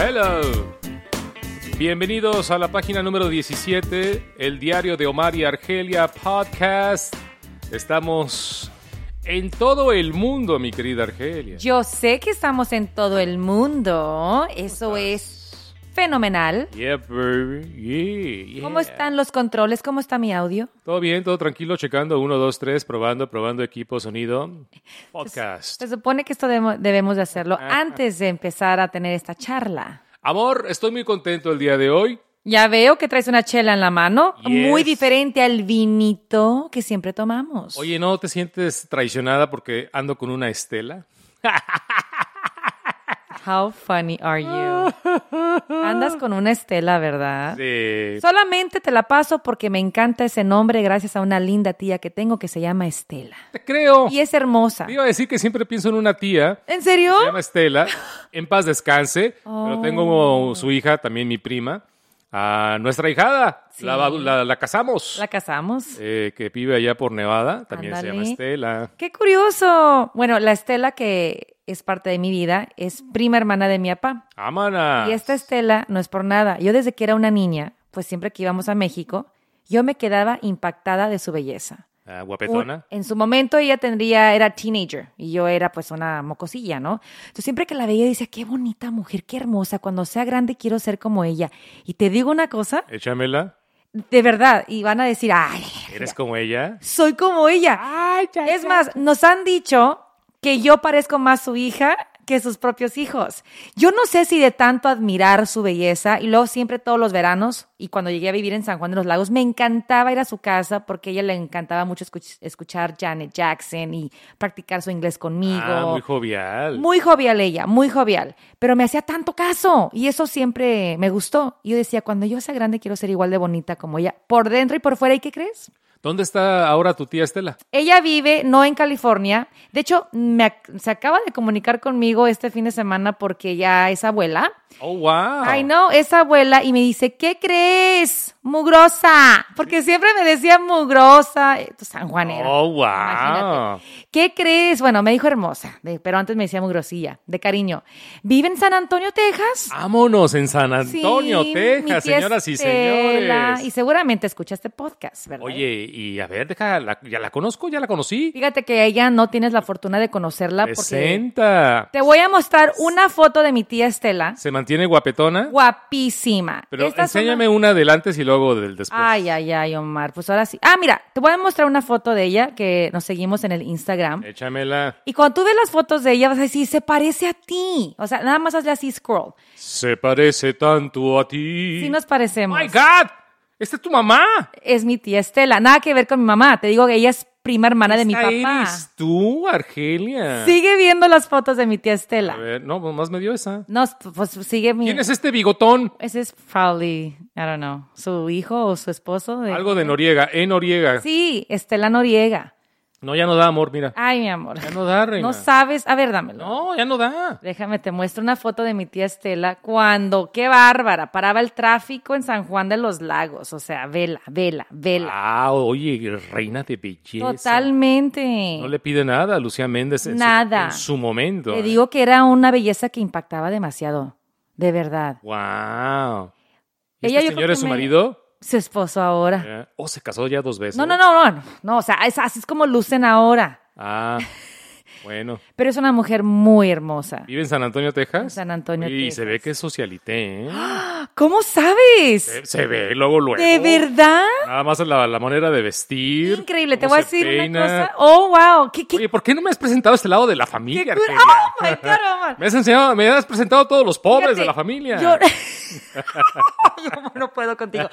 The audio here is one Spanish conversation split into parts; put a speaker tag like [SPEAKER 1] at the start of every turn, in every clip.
[SPEAKER 1] Hello. Bienvenidos a la página número 17, el diario de Omar y Argelia podcast. Estamos en todo el mundo, mi querida Argelia.
[SPEAKER 2] Yo sé que estamos en todo el mundo. Eso es fenomenal.
[SPEAKER 1] Yeah, baby. Yeah, yeah.
[SPEAKER 2] ¿Cómo están los controles? ¿Cómo está mi audio?
[SPEAKER 1] Todo bien, todo tranquilo, checando. Uno, dos, tres, probando, probando equipo, sonido. Podcast.
[SPEAKER 2] Se supone que esto debemos- debemos de hacerlo antes de empezar a tener esta charla.
[SPEAKER 1] Amor, estoy muy contento el día de hoy.
[SPEAKER 2] Ya veo que traes una chela en la mano,
[SPEAKER 1] Yes.
[SPEAKER 2] muy diferente al vinito que siempre tomamos.
[SPEAKER 1] Oye, ¿no te sientes traicionada porque ando con una estela?
[SPEAKER 2] How funny are you? Andas con una estela, ¿verdad?
[SPEAKER 1] Sí.
[SPEAKER 2] Solamente te la paso porque me encanta ese nombre gracias a una linda tía que tengo que se llama Estela.
[SPEAKER 1] Te creo.
[SPEAKER 2] Y es hermosa.
[SPEAKER 1] Te iba a decir que siempre pienso en una tía
[SPEAKER 2] ¿En serio?
[SPEAKER 1] Se llama Estela. En paz descanse. Pero
[SPEAKER 2] Oh.
[SPEAKER 1] tengo su hija, también mi prima. A nuestra hijada.
[SPEAKER 2] Sí.
[SPEAKER 1] La, la- la casamos.
[SPEAKER 2] ¿La casamos?
[SPEAKER 1] Eh, que vive allá por Nevada. También se llama
[SPEAKER 2] Ándale.
[SPEAKER 1] Estela.
[SPEAKER 2] ¡Qué curioso! Bueno, la Estela, que es parte de mi vida, es prima hermana de mi papá.
[SPEAKER 1] Amana.
[SPEAKER 2] Y esta Estela no es por nada. Yo desde que era una niña, pues siempre que íbamos a México, yo me quedaba impactada de su belleza.
[SPEAKER 1] Ah,
[SPEAKER 2] Un-
[SPEAKER 1] guapetona.
[SPEAKER 2] en su momento ella tendría, era teenager y yo era pues una mocosilla, ¿no? Entonces siempre que la veía decía, qué bonita mujer, qué hermosa, cuando sea grande quiero ser como ella. Y te digo una cosa,
[SPEAKER 1] Échamela.
[SPEAKER 2] de verdad, y van a decir, ay,
[SPEAKER 1] Eres como ella.
[SPEAKER 2] soy como ella. es más, nos han dicho que yo parezco más su hija que sus propios hijos. Yo no sé si de tanto admirar su belleza y luego siempre todos los veranos y cuando llegué a vivir en San Juan de los Lagos me encantaba ir a su casa porque a ella le encantaba mucho escuch- escuchar Janet Jackson y practicar su inglés conmigo.
[SPEAKER 1] Ah, muy jovial.
[SPEAKER 2] Muy jovial ella, muy jovial, pero me hacía tanto caso y eso siempre me gustó. Yo decía, cuando yo sea grande quiero ser igual de bonita como ella, por dentro y por fuera, ¿y qué crees?
[SPEAKER 1] ¿Dónde está ahora tu tía Estela?
[SPEAKER 2] Ella vive no en California. De hecho, me ac- se acaba de comunicar conmigo este fin de semana porque ya es abuela.
[SPEAKER 1] Oh, wow.
[SPEAKER 2] Ay, no, es abuela y me dice, ¿qué crees? Mugrosa. Porque siempre me decía mugrosa, eh, pues, sanjuanera.
[SPEAKER 1] Oh, wow.
[SPEAKER 2] Imagínate. ¿Qué crees? Bueno, me dijo hermosa, de- pero antes me decía mugrosilla, de cariño. ¿Vive en San Antonio, Texas?
[SPEAKER 1] Vámonos en San Antonio,
[SPEAKER 2] Sí, mi tía
[SPEAKER 1] Texas, señoras y
[SPEAKER 2] Estela.
[SPEAKER 1] señores.
[SPEAKER 2] Y seguramente escucha este podcast, ¿verdad?
[SPEAKER 1] Oye, y a ver, deja, la- ya la conozco, ya la conocí.
[SPEAKER 2] Fíjate que a ella no tienes la fortuna de conocerla porque
[SPEAKER 1] Presenta.
[SPEAKER 2] Te voy a mostrar una foto de mi tía Estela.
[SPEAKER 1] Se mantiene guapetona.
[SPEAKER 2] Guapísima.
[SPEAKER 1] Pero
[SPEAKER 2] Esta Ah, es una-
[SPEAKER 1] enséñame una del antes y luego del después.
[SPEAKER 2] Ay, ay, ay, Omar. Pues ahora sí. Ah, mira, te voy a mostrar una foto de ella que nos seguimos en el Instagram.
[SPEAKER 1] Échamela.
[SPEAKER 2] Y cuando tú ves las fotos de ella, vas a decir, se parece a ti. O sea, nada más hazle así scroll.
[SPEAKER 1] Se parece tanto a ti. Oh
[SPEAKER 2] Sí nos parecemos.
[SPEAKER 1] ¡My God! ¡Esta es tu mamá!
[SPEAKER 2] Es mi tía Estela. Nada que ver con mi mamá. Te digo que ella es prima hermana de mi
[SPEAKER 1] Esta
[SPEAKER 2] papá.
[SPEAKER 1] eres tú, Argelia.
[SPEAKER 2] Sigue viendo las fotos de mi tía
[SPEAKER 1] A
[SPEAKER 2] Estela.
[SPEAKER 1] ver, no, más me dio esa.
[SPEAKER 2] No, pues sigue mi...
[SPEAKER 1] ¿Quién es este bigotón?
[SPEAKER 2] Ese es probably, I don't know, su hijo o su esposo. de-
[SPEAKER 1] Algo de Noriega, en Noriega.
[SPEAKER 2] Sí, Estela Noriega.
[SPEAKER 1] No, ya no da amor, mira.
[SPEAKER 2] Ay, mi amor.
[SPEAKER 1] Ya no da, reina.
[SPEAKER 2] No sabes. A ver, dámelo.
[SPEAKER 1] No, ya no da.
[SPEAKER 2] Déjame, te muestro una foto de mi tía Estela cuando, qué bárbara, paraba el tráfico en San Juan de los Lagos. O sea, vela, vela, vela.
[SPEAKER 1] Ah, oye, reina de belleza.
[SPEAKER 2] Totalmente.
[SPEAKER 1] No le pide nada a Lucía Méndez en su-
[SPEAKER 2] Nada.
[SPEAKER 1] en su momento. ¿eh?
[SPEAKER 2] Te digo que era una belleza que impactaba demasiado. De verdad.
[SPEAKER 1] Wow. ¿Y
[SPEAKER 2] Ella,
[SPEAKER 1] este
[SPEAKER 2] yo
[SPEAKER 1] señor
[SPEAKER 2] creo
[SPEAKER 1] es
[SPEAKER 2] que
[SPEAKER 1] su
[SPEAKER 2] me-
[SPEAKER 1] marido?
[SPEAKER 2] Su esposo ahora.
[SPEAKER 1] Eh, ¿O se casó ya dos veces?
[SPEAKER 2] No, no, no, no. No, o sea, es- así es como lucen ahora.
[SPEAKER 1] Ah, bueno.
[SPEAKER 2] Pero es una mujer muy hermosa.
[SPEAKER 1] ¿Vive en San Antonio, Texas?
[SPEAKER 2] En San Antonio,
[SPEAKER 1] Y se
[SPEAKER 2] Texas.
[SPEAKER 1] ve que es socialité, ¿eh?
[SPEAKER 2] ¿Cómo sabes?
[SPEAKER 1] Se, se ve luego, luego.
[SPEAKER 2] ¿De verdad?
[SPEAKER 1] Nada más la, la manera de vestir.
[SPEAKER 2] Increíble, te
[SPEAKER 1] cómo
[SPEAKER 2] voy a
[SPEAKER 1] se
[SPEAKER 2] decir
[SPEAKER 1] peina.
[SPEAKER 2] una cosa. Oh, wow. ¿Qué, qué,
[SPEAKER 1] Oye, ¿por qué no me has presentado este lado de la familia,
[SPEAKER 2] qué
[SPEAKER 1] Argelia?
[SPEAKER 2] Oh, my God, Omar.
[SPEAKER 1] Me has enseñado, me has presentado a todos los pobres
[SPEAKER 2] Fíjate,
[SPEAKER 1] de la familia.
[SPEAKER 2] Yo... Yo no puedo contigo.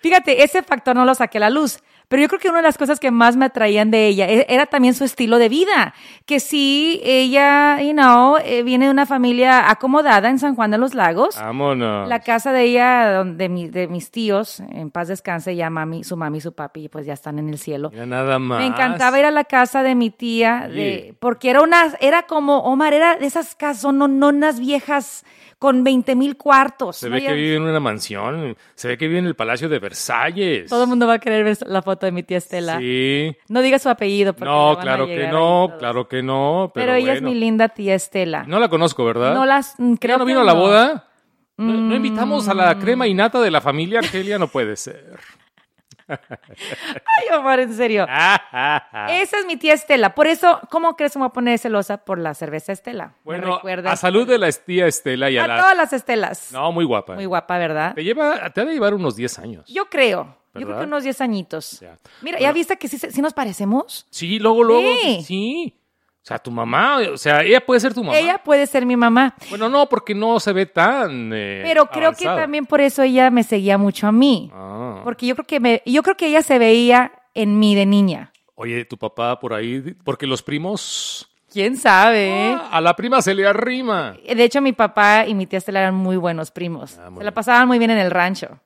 [SPEAKER 2] Fíjate, ese factor no lo saqué a la luz. Pero yo creo que una de las cosas que más me atraían de ella e- era también su estilo de vida. Que sí, ella, you know, eh, viene de una familia acomodada en San Juan de los Lagos.
[SPEAKER 1] Ah, Vámonos.
[SPEAKER 2] La casa de ella, don- de, mi- de mis tíos, en paz descanse, ya mami, su mami y su papi, pues ya están en el cielo.
[SPEAKER 1] Mira nada más.
[SPEAKER 2] Me encantaba ir a la casa de mi tía, de-
[SPEAKER 1] Oye.
[SPEAKER 2] porque era una, era como, Omar, era de esas casas nonas viejas con 20 mil cuartos.
[SPEAKER 1] Se
[SPEAKER 2] ¿no?
[SPEAKER 1] ve
[SPEAKER 2] Ya-
[SPEAKER 1] que vive en una mansión. Se ve que vive en el Palacio de Versalles.
[SPEAKER 2] Todo el mundo va a querer ver la foto de mi tía Estela.
[SPEAKER 1] Sí.
[SPEAKER 2] No diga su apellido. Porque le
[SPEAKER 1] No,
[SPEAKER 2] van a
[SPEAKER 1] claro que
[SPEAKER 2] llegar ahí
[SPEAKER 1] no,
[SPEAKER 2] todos.
[SPEAKER 1] claro que no. Pero,
[SPEAKER 2] Pero, ella es
[SPEAKER 1] bueno.
[SPEAKER 2] mi linda tía Estela.
[SPEAKER 1] No la conozco, ¿verdad?
[SPEAKER 2] No Mm. las, mm, creo
[SPEAKER 1] ¿Ya no
[SPEAKER 2] que
[SPEAKER 1] vino a la boda? No, no invitamos a la crema innata de la familia Argelia, no puede ser.
[SPEAKER 2] Ay, Omar, en serio.
[SPEAKER 1] Ah.
[SPEAKER 2] Esa es mi tía Estela. Por eso, ¿cómo crees que me voy a poner celosa por la cerveza Estela? ¿Me
[SPEAKER 1] Bueno,
[SPEAKER 2] recuerdas?
[SPEAKER 1] a salud de la tía Estela y a,
[SPEAKER 2] A
[SPEAKER 1] la...
[SPEAKER 2] todas las Estelas.
[SPEAKER 1] No, muy guapa.
[SPEAKER 2] Muy guapa, ¿verdad?
[SPEAKER 1] Te, lleva, te ha de llevar unos 10 años.
[SPEAKER 2] Yo creo. Yo creo
[SPEAKER 1] ¿Verdad?
[SPEAKER 2] que unos 10 añitos.
[SPEAKER 1] Ya.
[SPEAKER 2] Mira, ¿ya
[SPEAKER 1] Bueno.
[SPEAKER 2] viste que sí, se- sí nos parecemos?
[SPEAKER 1] Sí, luego, luego.
[SPEAKER 2] Sí.
[SPEAKER 1] Sí. O sea, tu mamá, o sea, ella puede ser tu mamá.
[SPEAKER 2] Ella puede ser mi mamá.
[SPEAKER 1] Bueno, no, porque no se ve tan. eh,
[SPEAKER 2] Pero creo que
[SPEAKER 1] avanzada.
[SPEAKER 2] también por eso ella me seguía mucho a mí.
[SPEAKER 1] Ah.
[SPEAKER 2] Porque yo creo que me, yo creo que ella se veía en mí de niña.
[SPEAKER 1] Oye, tu papá por ahí, porque los primos.
[SPEAKER 2] ¿Quién sabe?
[SPEAKER 1] Ah, a la prima se le arrima.
[SPEAKER 2] De hecho, mi papá y mi tía Estela eran muy buenos primos.
[SPEAKER 1] Ah, muy
[SPEAKER 2] se la
[SPEAKER 1] bien.
[SPEAKER 2] pasaban muy bien en el rancho.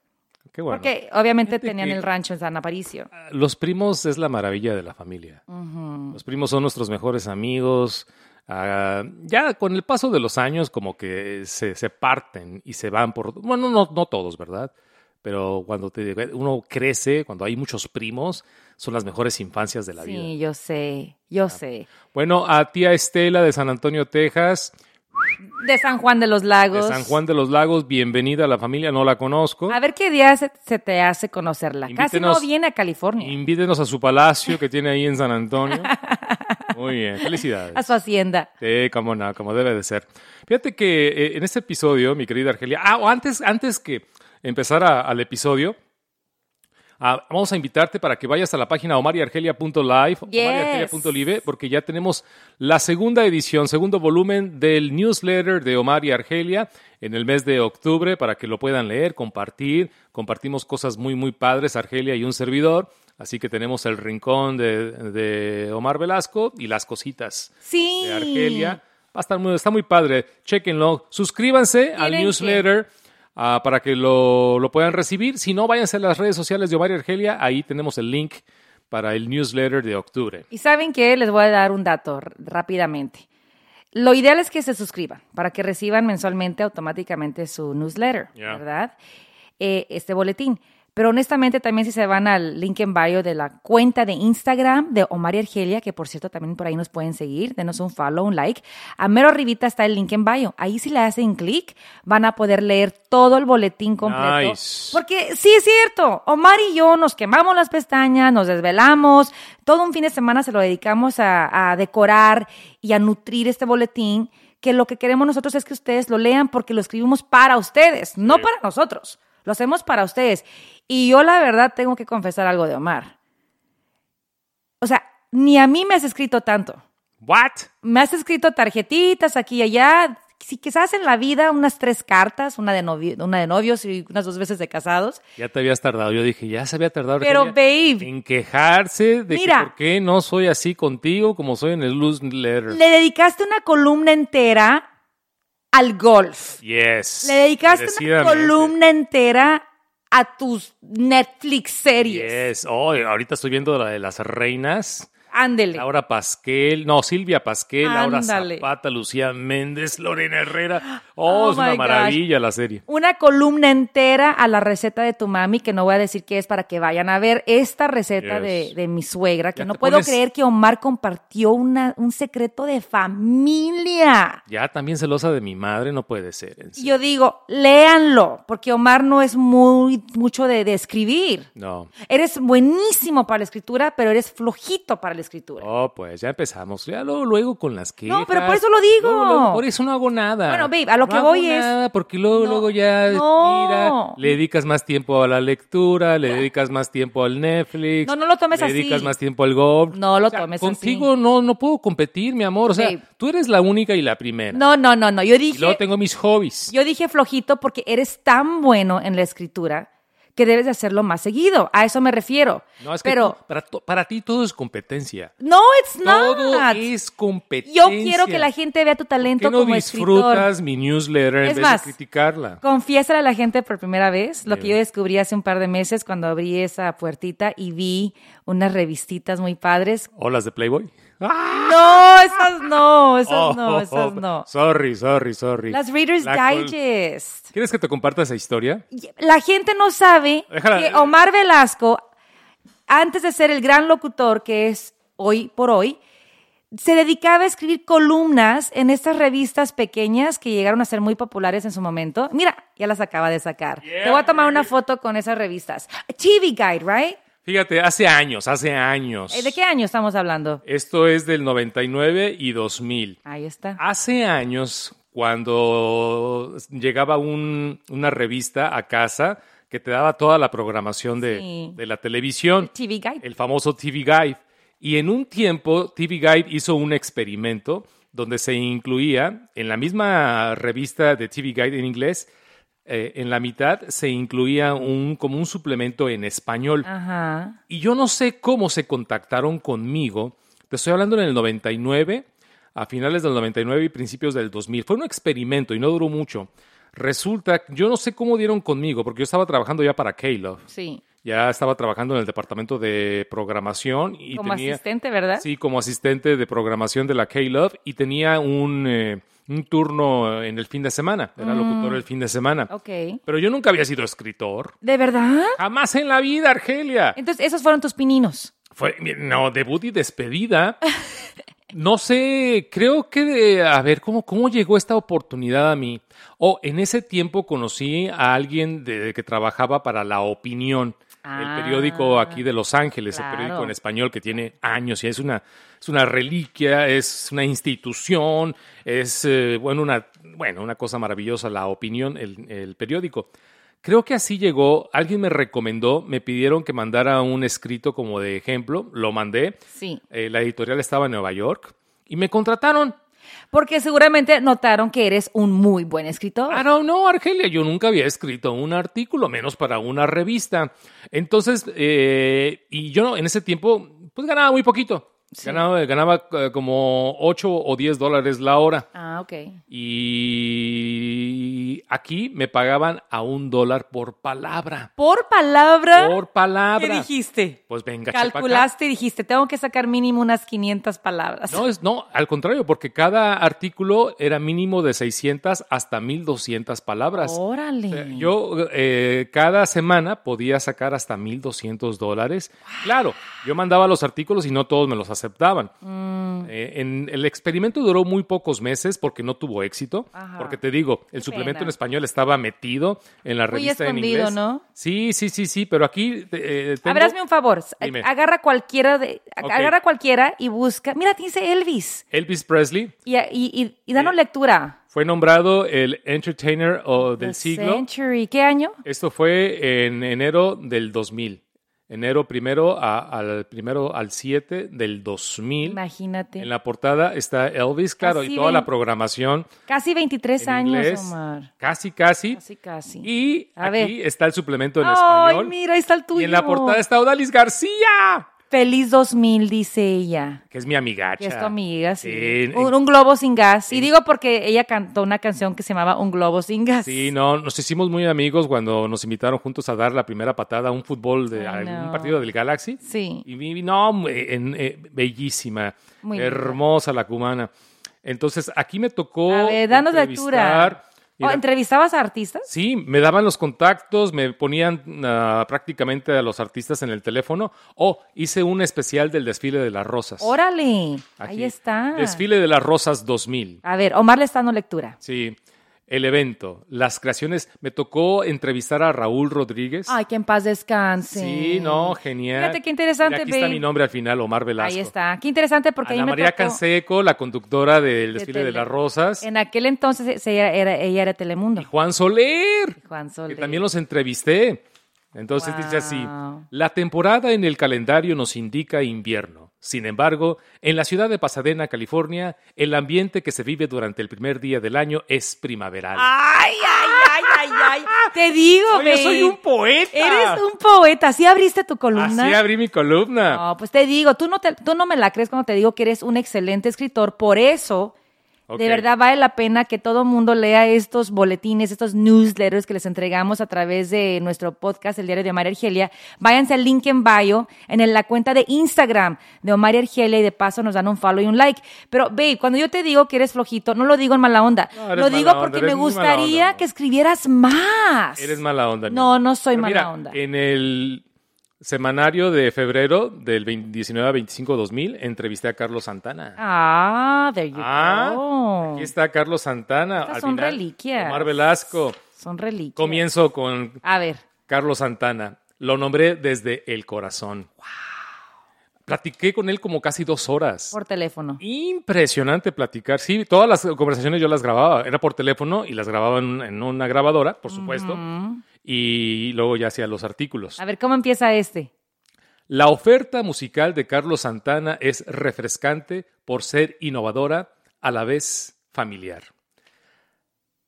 [SPEAKER 1] Qué bueno.
[SPEAKER 2] Porque obviamente
[SPEAKER 1] Fíjate
[SPEAKER 2] tenían
[SPEAKER 1] que-
[SPEAKER 2] el rancho en San Aparicio.
[SPEAKER 1] Los primos es la maravilla de la familia. Los primos son nuestros mejores amigos. Ah, ya con el paso de los años como que se, se parten y se van por... Bueno, no, no todos, ¿verdad? Pero cuando te- uno crece, cuando hay muchos primos, son las mejores infancias de la
[SPEAKER 2] sí,
[SPEAKER 1] vida. Ah.
[SPEAKER 2] yo sé, yo sé.
[SPEAKER 1] Bueno, a tía Estela de San Antonio, Texas,
[SPEAKER 2] De San Juan de los Lagos.
[SPEAKER 1] de San Juan de los Lagos, bienvenida a la familia, no la conozco.
[SPEAKER 2] A ver qué día se, se te hace conocerla. Casi no
[SPEAKER 1] Invítenos-
[SPEAKER 2] viene a California,
[SPEAKER 1] Invítenos a su palacio que tiene ahí en San Antonio. Muy bien, felicidades.
[SPEAKER 2] a su hacienda.
[SPEAKER 1] Sí, como no, como debe de ser. Fíjate que eh, en este episodio, mi querida Argelia, ah, o antes, antes que empezar a- al episodio, ah, vamos a invitarte para que vayas a la página omariargelia.live,
[SPEAKER 2] Yes.
[SPEAKER 1] omariargelia.live, porque ya tenemos la segunda edición, segundo volumen del newsletter de Omar y Argelia en el mes de octubre para que lo puedan leer, compartir. Compartimos cosas muy, muy padres, Argelia y un servidor. Así que tenemos el rincón de, de Omar Velasco y las cositas
[SPEAKER 2] Sí.
[SPEAKER 1] de Argelia. Va a estar muy, está muy padre. Chequenlo. Suscríbanse al
[SPEAKER 2] Tienen
[SPEAKER 1] newsletter ah, para que lo, lo puedan recibir. Si no, váyanse a las redes sociales de Omar y Argelia. Ahí tenemos el link para el newsletter de octubre.
[SPEAKER 2] Y saben que les voy a dar un dato r- rápidamente. Lo ideal es que se suscriban para que reciban mensualmente automáticamente su newsletter,
[SPEAKER 1] Ya.
[SPEAKER 2] ¿verdad? Eh, este boletín. Pero honestamente también si se van al link en bio de la cuenta de Instagram de Omar y Argelia, que por cierto también por ahí nos pueden seguir, denos un follow, un like. A mero arribita está el link en bio. Ahí si le hacen clic van a poder leer todo el boletín completo.
[SPEAKER 1] Nice.
[SPEAKER 2] Porque sí es cierto, Omar y yo nos quemamos las pestañas, nos desvelamos, todo un fin de semana se lo dedicamos a, a decorar y a nutrir este boletín, que lo que queremos nosotros es que ustedes lo lean porque lo escribimos para ustedes, no para nosotros, lo hacemos para ustedes. Y yo la verdad tengo que confesar algo de Omar. O sea, ni a mí me has escrito tanto
[SPEAKER 1] ¿What?
[SPEAKER 2] me has escrito tarjetitas aquí y allá. Si quizás en la vida unas tres cartas, una de, novio, una de novios y unas dos veces de casados.
[SPEAKER 1] Ya te habías tardado. Yo dije, ya se había tardado.
[SPEAKER 2] Pero,
[SPEAKER 1] Argelia,
[SPEAKER 2] babe.
[SPEAKER 1] En quejarse de que
[SPEAKER 2] Mira.
[SPEAKER 1] por qué no soy así contigo como soy en el newsletter.
[SPEAKER 2] Le dedicaste una columna entera al golf.
[SPEAKER 1] yes.
[SPEAKER 2] Le dedicaste una
[SPEAKER 1] merecidamente.
[SPEAKER 2] columna entera a tus Netflix series.
[SPEAKER 1] Yes. Oh, ahorita estoy viendo la de las reinas.
[SPEAKER 2] Ándele.
[SPEAKER 1] Laura Pasquel, no, Silvia Pasquel, Laura
[SPEAKER 2] Ándale.
[SPEAKER 1] Zapata, Lucía Méndez, Lorena Herrera.
[SPEAKER 2] Oh
[SPEAKER 1] Oh, es
[SPEAKER 2] my
[SPEAKER 1] una
[SPEAKER 2] gosh.
[SPEAKER 1] maravilla la serie.
[SPEAKER 2] Una columna entera a la receta de tu mami, que no voy a decir qué es para que vayan a ver esta receta de,
[SPEAKER 1] Yes.
[SPEAKER 2] de mi suegra, que
[SPEAKER 1] Ya
[SPEAKER 2] no
[SPEAKER 1] te
[SPEAKER 2] puedo
[SPEAKER 1] pones-
[SPEAKER 2] creer que Omar compartió una, un secreto de familia.
[SPEAKER 1] Ya también celosa de mi madre, no puede ser. en
[SPEAKER 2] Y
[SPEAKER 1] serio.
[SPEAKER 2] Yo digo, léanlo, porque Omar no es muy mucho de, de escribir.
[SPEAKER 1] No.
[SPEAKER 2] Eres buenísimo para la escritura, pero eres flojito para la escritura.
[SPEAKER 1] Oh, pues ya empezamos. Ya luego, luego con las que.
[SPEAKER 2] No, pero por eso lo digo.
[SPEAKER 1] por eso no hago nada.
[SPEAKER 2] Bueno, babe, a lo
[SPEAKER 1] No
[SPEAKER 2] que
[SPEAKER 1] hago
[SPEAKER 2] voy es-
[SPEAKER 1] nada, porque luego,
[SPEAKER 2] No,
[SPEAKER 1] luego ya.
[SPEAKER 2] no. Ah.
[SPEAKER 1] Mira, le dedicas más tiempo a la lectura, le dedicas más tiempo al Netflix.
[SPEAKER 2] No, no lo tomes así.
[SPEAKER 1] Le dedicas más tiempo al golf.
[SPEAKER 2] No lo tomes
[SPEAKER 1] Contigo no, no puedo competir, mi amor. O sea,
[SPEAKER 2] Babe.
[SPEAKER 1] tú eres la única y la primera.
[SPEAKER 2] No, no, no, no. Yo
[SPEAKER 1] Y luego
[SPEAKER 2] dije,
[SPEAKER 1] tengo mis hobbies.
[SPEAKER 2] yo dije flojito porque eres tan bueno en la escritura que debes de hacerlo más seguido. A eso me refiero.
[SPEAKER 1] No, es que
[SPEAKER 2] pero
[SPEAKER 1] tú- para, to- para ti todo es competencia.
[SPEAKER 2] no, it's not.
[SPEAKER 1] Todo es competencia.
[SPEAKER 2] Yo quiero que la gente vea tu talento
[SPEAKER 1] ¿Por qué no
[SPEAKER 2] como
[SPEAKER 1] disfrutas
[SPEAKER 2] escritor.
[SPEAKER 1] mi newsletter en
[SPEAKER 2] Es
[SPEAKER 1] vez
[SPEAKER 2] más,
[SPEAKER 1] de criticarla?
[SPEAKER 2] Confiésale a la gente por primera vez lo que
[SPEAKER 1] Bien.
[SPEAKER 2] yo descubrí hace un par de meses cuando abrí esa puertita y vi unas revistitas muy padres.
[SPEAKER 1] ¿O las de Playboy? ¡Ah!
[SPEAKER 2] No, esas no, esas no,
[SPEAKER 1] Oh,
[SPEAKER 2] esas no.
[SPEAKER 1] Sorry, sorry, sorry.
[SPEAKER 2] Las Reader's
[SPEAKER 1] La col-
[SPEAKER 2] Digest.
[SPEAKER 1] ¿Quieres que te comparta esa historia?
[SPEAKER 2] La gente no sabe
[SPEAKER 1] Déjala. eh,
[SPEAKER 2] que Omar Velasco, antes de ser el gran locutor que es hoy por hoy, se dedicaba a escribir columnas en estas revistas pequeñas que llegaron a ser muy populares en su momento. Mira, ya las acaba de sacar.
[SPEAKER 1] Yeah,
[SPEAKER 2] Te voy a tomar una
[SPEAKER 1] baby.
[SPEAKER 2] foto con esas revistas. TV Guide, ¿right?
[SPEAKER 1] Fíjate, hace años, hace años.
[SPEAKER 2] Eh, ¿De qué año estamos hablando?
[SPEAKER 1] Esto es del 99 y 2000.
[SPEAKER 2] Ahí está.
[SPEAKER 1] Hace años, cuando llegaba un- una revista a casa que te daba toda la programación de,
[SPEAKER 2] Sí.
[SPEAKER 1] de la televisión,
[SPEAKER 2] TV Guide.
[SPEAKER 1] el famoso TV Guide. Y en un tiempo, TV Guide hizo un experimento donde se incluía, en la misma revista de TV Guide en inglés, eh, en la mitad se incluía un, como un suplemento en español.
[SPEAKER 2] Ajá.
[SPEAKER 1] Y yo no sé cómo se contactaron conmigo. Te estoy hablando en el 99, a finales del 99 y principios del 2000. Fue un experimento y no duró mucho. Resulta, yo no sé cómo dieron conmigo, porque yo estaba trabajando ya para Caleb.
[SPEAKER 2] Sí.
[SPEAKER 1] Ya estaba trabajando en el departamento de programación y
[SPEAKER 2] Como
[SPEAKER 1] tenía...
[SPEAKER 2] asistente, ¿verdad?
[SPEAKER 1] Sí, como asistente de programación de la K-Love y tenía un, eh, un turno en el fin de semana. Era locutor el fin de semana.
[SPEAKER 2] Mm. Ok.
[SPEAKER 1] Pero yo nunca había sido escritor.
[SPEAKER 2] ¿De verdad?
[SPEAKER 1] Jamás en la vida, Argelia.
[SPEAKER 2] Entonces, esos fueron tus pininos.
[SPEAKER 1] Fue, no, debut y despedida. No sé, creo que, eh, a ver, ¿cómo, cómo llegó esta oportunidad a mí? Oh, en ese tiempo conocí a alguien de- que trabajaba para La Opinión,
[SPEAKER 2] Ah,
[SPEAKER 1] el periódico aquí de Los Ángeles,
[SPEAKER 2] claro.
[SPEAKER 1] el periódico en español que tiene años y es una, es una reliquia, es una institución, es, eh, bueno, una, bueno, una cosa maravillosa, La Opinión, el, el periódico. Creo que así llegó, alguien me recomendó, me pidieron que mandara un escrito como de ejemplo, lo mandé.
[SPEAKER 2] Sí.
[SPEAKER 1] Eh, la editorial estaba en Nueva York y me contrataron.
[SPEAKER 2] Porque seguramente notaron que eres un muy buen escritor.
[SPEAKER 1] I don't know, Ah, Argelia, yo nunca había escrito un artículo, menos para una revista. Entonces, eh, y yo en ese tiempo, pues ganaba muy poquito. Ganaba, ganaba eh, como 8 o 10 dólares la hora.
[SPEAKER 2] Ah, ok.
[SPEAKER 1] Y aquí me pagaban a un dólar por palabra.
[SPEAKER 2] Por palabra.
[SPEAKER 1] Por palabra.
[SPEAKER 2] ¿Ah? ¿Qué dijiste?
[SPEAKER 1] Pues venga, chepa acá.
[SPEAKER 2] Calculaste y dijiste, tengo que sacar mínimo unas 500 palabras.
[SPEAKER 1] No, es, no, al contrario, porque cada artículo era mínimo de 600 hasta 1200 palabras.
[SPEAKER 2] Órale.
[SPEAKER 1] Eh, Yo eh, cada semana podía sacar hasta 1.200 dólares. Claro, yo mandaba los artículos y no todos me los aceptaban.
[SPEAKER 2] Mm.
[SPEAKER 1] Eh, en, el experimento duró muy pocos meses porque no tuvo éxito.
[SPEAKER 2] Ajá.
[SPEAKER 1] Porque te digo, el
[SPEAKER 2] Qué
[SPEAKER 1] suplemento
[SPEAKER 2] pena.
[SPEAKER 1] en español estaba metido en la
[SPEAKER 2] Muy
[SPEAKER 1] revista en
[SPEAKER 2] escondido,
[SPEAKER 1] inglés.
[SPEAKER 2] ¿no?
[SPEAKER 1] Sí, sí, sí, sí, pero aquí eh, tengo-
[SPEAKER 2] A ver, hazme un favor.
[SPEAKER 1] Dime.
[SPEAKER 2] Agarra cualquiera, de,
[SPEAKER 1] Ok.
[SPEAKER 2] agarra cualquiera y busca. Mira, te dice Elvis.
[SPEAKER 1] Elvis Presley
[SPEAKER 2] Y, y, y- y danos
[SPEAKER 1] Eh,
[SPEAKER 2] lectura.
[SPEAKER 1] fue nombrado el Entertainer o, del
[SPEAKER 2] The
[SPEAKER 1] siglo.
[SPEAKER 2] Century. ¿Qué año?
[SPEAKER 1] Esto fue en enero del 2000. Enero primero a- al primero al 7 del 2000.
[SPEAKER 2] Imagínate.
[SPEAKER 1] En la portada está Elvis, claro,
[SPEAKER 2] Casi
[SPEAKER 1] y toda la
[SPEAKER 2] veinte-
[SPEAKER 1] programación
[SPEAKER 2] Casi 23
[SPEAKER 1] en
[SPEAKER 2] años,
[SPEAKER 1] inglés.
[SPEAKER 2] Omar.
[SPEAKER 1] Casi, casi.
[SPEAKER 2] Casi, casi.
[SPEAKER 1] Y
[SPEAKER 2] A
[SPEAKER 1] aquí
[SPEAKER 2] ver.
[SPEAKER 1] está el suplemento en
[SPEAKER 2] Ay,
[SPEAKER 1] español.
[SPEAKER 2] mira, ahí está el tuyo.
[SPEAKER 1] y en la portada está Odalis García,
[SPEAKER 2] Feliz 2000, dice ella.
[SPEAKER 1] que es mi amigacha.
[SPEAKER 2] Que es tu amiga, sí.
[SPEAKER 1] En-
[SPEAKER 2] un, un globo sin gas. Y digo porque ella cantó una canción que se llamaba Un globo sin gas.
[SPEAKER 1] Sí, no, nos hicimos muy amigos cuando nos invitaron juntos a dar la primera patada a un fútbol de
[SPEAKER 2] Ay,
[SPEAKER 1] a un
[SPEAKER 2] no.
[SPEAKER 1] partido del Galaxy.
[SPEAKER 2] Sí.
[SPEAKER 1] Y vi- no, eh, en- eh, bellísima,
[SPEAKER 2] Muy linda.
[SPEAKER 1] hermosa la cubana. Entonces, aquí me tocó
[SPEAKER 2] A ver, danos lectura.
[SPEAKER 1] entrevistar.
[SPEAKER 2] ¿O
[SPEAKER 1] Mira,
[SPEAKER 2] Oh, ¿Entrevistabas a artistas?
[SPEAKER 1] Sí, me daban los contactos, me ponían ah, prácticamente a los artistas en el teléfono. O hice un especial del desfile de las rosas.
[SPEAKER 2] Órale, ahí
[SPEAKER 1] Aquí.
[SPEAKER 2] está.
[SPEAKER 1] Desfile de las rosas 2000.
[SPEAKER 2] A ver, Omar le está dando lectura.
[SPEAKER 1] Sí, el evento, las creaciones. Me tocó entrevistar a Raúl Rodríguez.
[SPEAKER 2] Ay, que en paz descanse.
[SPEAKER 1] sí, no, genial.
[SPEAKER 2] Fíjate qué interesante,
[SPEAKER 1] Mira, aquí está
[SPEAKER 2] babe.
[SPEAKER 1] mi nombre al final, Omar Velasco.
[SPEAKER 2] Ahí está. Qué interesante porque
[SPEAKER 1] Ana
[SPEAKER 2] ahí me
[SPEAKER 1] María
[SPEAKER 2] tocó-
[SPEAKER 1] Canseco, la conductora del
[SPEAKER 2] de
[SPEAKER 1] desfile de
[SPEAKER 2] Tele-
[SPEAKER 1] las rosas.
[SPEAKER 2] En aquel entonces ella era, ella era Telemundo.
[SPEAKER 1] Y Juan Soler.
[SPEAKER 2] Juan Soler.
[SPEAKER 1] que también los entrevisté. Entonces dice así,
[SPEAKER 2] Wow.
[SPEAKER 1] la temporada en el calendario nos indica invierno. Sin embargo, en la ciudad de Pasadena, California, el ambiente que se vive durante el primer día del año es primaveral.
[SPEAKER 2] Ay, ay, ay, ay, ay. Te digo,
[SPEAKER 1] Oye,
[SPEAKER 2] babe.
[SPEAKER 1] soy un poeta.
[SPEAKER 2] Eres un poeta. ¿Sí abriste tu columna?
[SPEAKER 1] Así abrí mi columna.
[SPEAKER 2] No, pues te digo, tú no, te- tú no me la crees cuando te digo que eres un excelente escritor. Por eso,
[SPEAKER 1] Ok.
[SPEAKER 2] de verdad vale la pena que todo mundo lea estos boletines, estos newsletters que les entregamos a través de nuestro podcast, El Diario de Omar y Argelia. Váyanse al link en bio, en el- la cuenta de Instagram de Omar y Argelia y de paso nos dan un follow y un like. Pero, babe, cuando yo te digo que eres flojito, no lo digo en mala onda.
[SPEAKER 1] No, eres
[SPEAKER 2] lo
[SPEAKER 1] mala
[SPEAKER 2] digo
[SPEAKER 1] onda,
[SPEAKER 2] porque
[SPEAKER 1] eres
[SPEAKER 2] me
[SPEAKER 1] muy mala
[SPEAKER 2] gustaría
[SPEAKER 1] onda,
[SPEAKER 2] que escribieras más.
[SPEAKER 1] Eres mala onda. mi
[SPEAKER 2] No,
[SPEAKER 1] amor.
[SPEAKER 2] no soy
[SPEAKER 1] Pero
[SPEAKER 2] mala
[SPEAKER 1] mira,
[SPEAKER 2] onda.
[SPEAKER 1] En el Semanario de febrero del 20 19 a 25 2000, entrevisté a Carlos Santana.
[SPEAKER 2] Ah, there you
[SPEAKER 1] Ah,
[SPEAKER 2] go.
[SPEAKER 1] aquí está Carlos Santana.
[SPEAKER 2] Estas
[SPEAKER 1] Al
[SPEAKER 2] son
[SPEAKER 1] final,
[SPEAKER 2] reliquias.
[SPEAKER 1] Omar Velasco.
[SPEAKER 2] Son reliquias.
[SPEAKER 1] Comienzo con
[SPEAKER 2] A ver,
[SPEAKER 1] Carlos Santana. Lo nombré desde el corazón. Platiqué con él como casi dos horas.
[SPEAKER 2] por teléfono.
[SPEAKER 1] Impresionante platicar. Sí, todas las conversaciones yo las grababa. Era por teléfono y las grababa en, en una grabadora, por supuesto. Y luego ya hacía los artículos.
[SPEAKER 2] Mm. A ver, ¿cómo empieza este?
[SPEAKER 1] La oferta musical de Carlos Santana es refrescante por ser innovadora, a la vez familiar.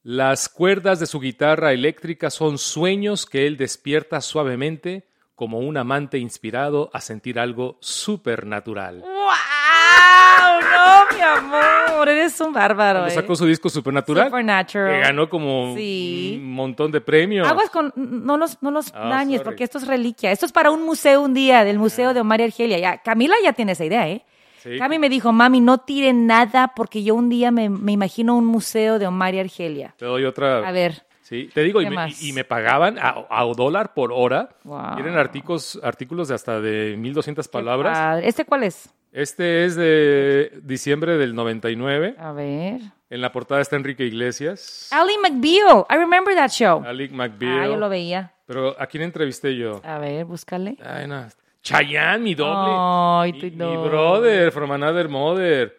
[SPEAKER 1] Las cuerdas de su guitarra eléctrica son sueños que él despierta suavemente como un amante inspirado a sentir algo supernatural.
[SPEAKER 2] ¡Wow! No, mi amor. Eres un bárbaro.
[SPEAKER 1] Cuando
[SPEAKER 2] eh.
[SPEAKER 1] sacó su disco Supernatural,
[SPEAKER 2] Supernatural.
[SPEAKER 1] que ganó como
[SPEAKER 2] Sí. Ah, pues,
[SPEAKER 1] un montón de premios.
[SPEAKER 2] Aguas con, no los, no los
[SPEAKER 1] Ah,
[SPEAKER 2] dañes,
[SPEAKER 1] sorry. Ah.
[SPEAKER 2] porque esto es reliquia. Esto es para un museo un día, del museo de Omar y Argelia. Ya, Camila ya tiene esa idea, ¿eh?
[SPEAKER 1] Sí.
[SPEAKER 2] Cami me dijo, mami, no tire nada porque yo un día me, me imagino un museo de Omar y Argelia.
[SPEAKER 1] Te doy otra.
[SPEAKER 2] A ver,
[SPEAKER 1] Sí, te digo, y
[SPEAKER 2] ¿Qué
[SPEAKER 1] me,
[SPEAKER 2] más?
[SPEAKER 1] y- y me pagaban a, a dólar por hora.
[SPEAKER 2] Wow.
[SPEAKER 1] Y eran artículos, artículos de hasta de 1200
[SPEAKER 2] qué
[SPEAKER 1] palabras.
[SPEAKER 2] padre. ¿Este cuál es?
[SPEAKER 1] Este es de diciembre del 99.
[SPEAKER 2] A ver.
[SPEAKER 1] En la portada está Enrique Iglesias,
[SPEAKER 2] Ali McBeal. I remember that show.
[SPEAKER 1] Alec
[SPEAKER 2] Ah, yo lo
[SPEAKER 1] McBeal.
[SPEAKER 2] veía.
[SPEAKER 1] Pero ¿a quién entrevisté yo?
[SPEAKER 2] A ver, búscale.
[SPEAKER 1] Ay, no. Chayanne, mi doble.
[SPEAKER 2] Ay,
[SPEAKER 1] mi,
[SPEAKER 2] tu
[SPEAKER 1] mi
[SPEAKER 2] doble.
[SPEAKER 1] brother, from another mother.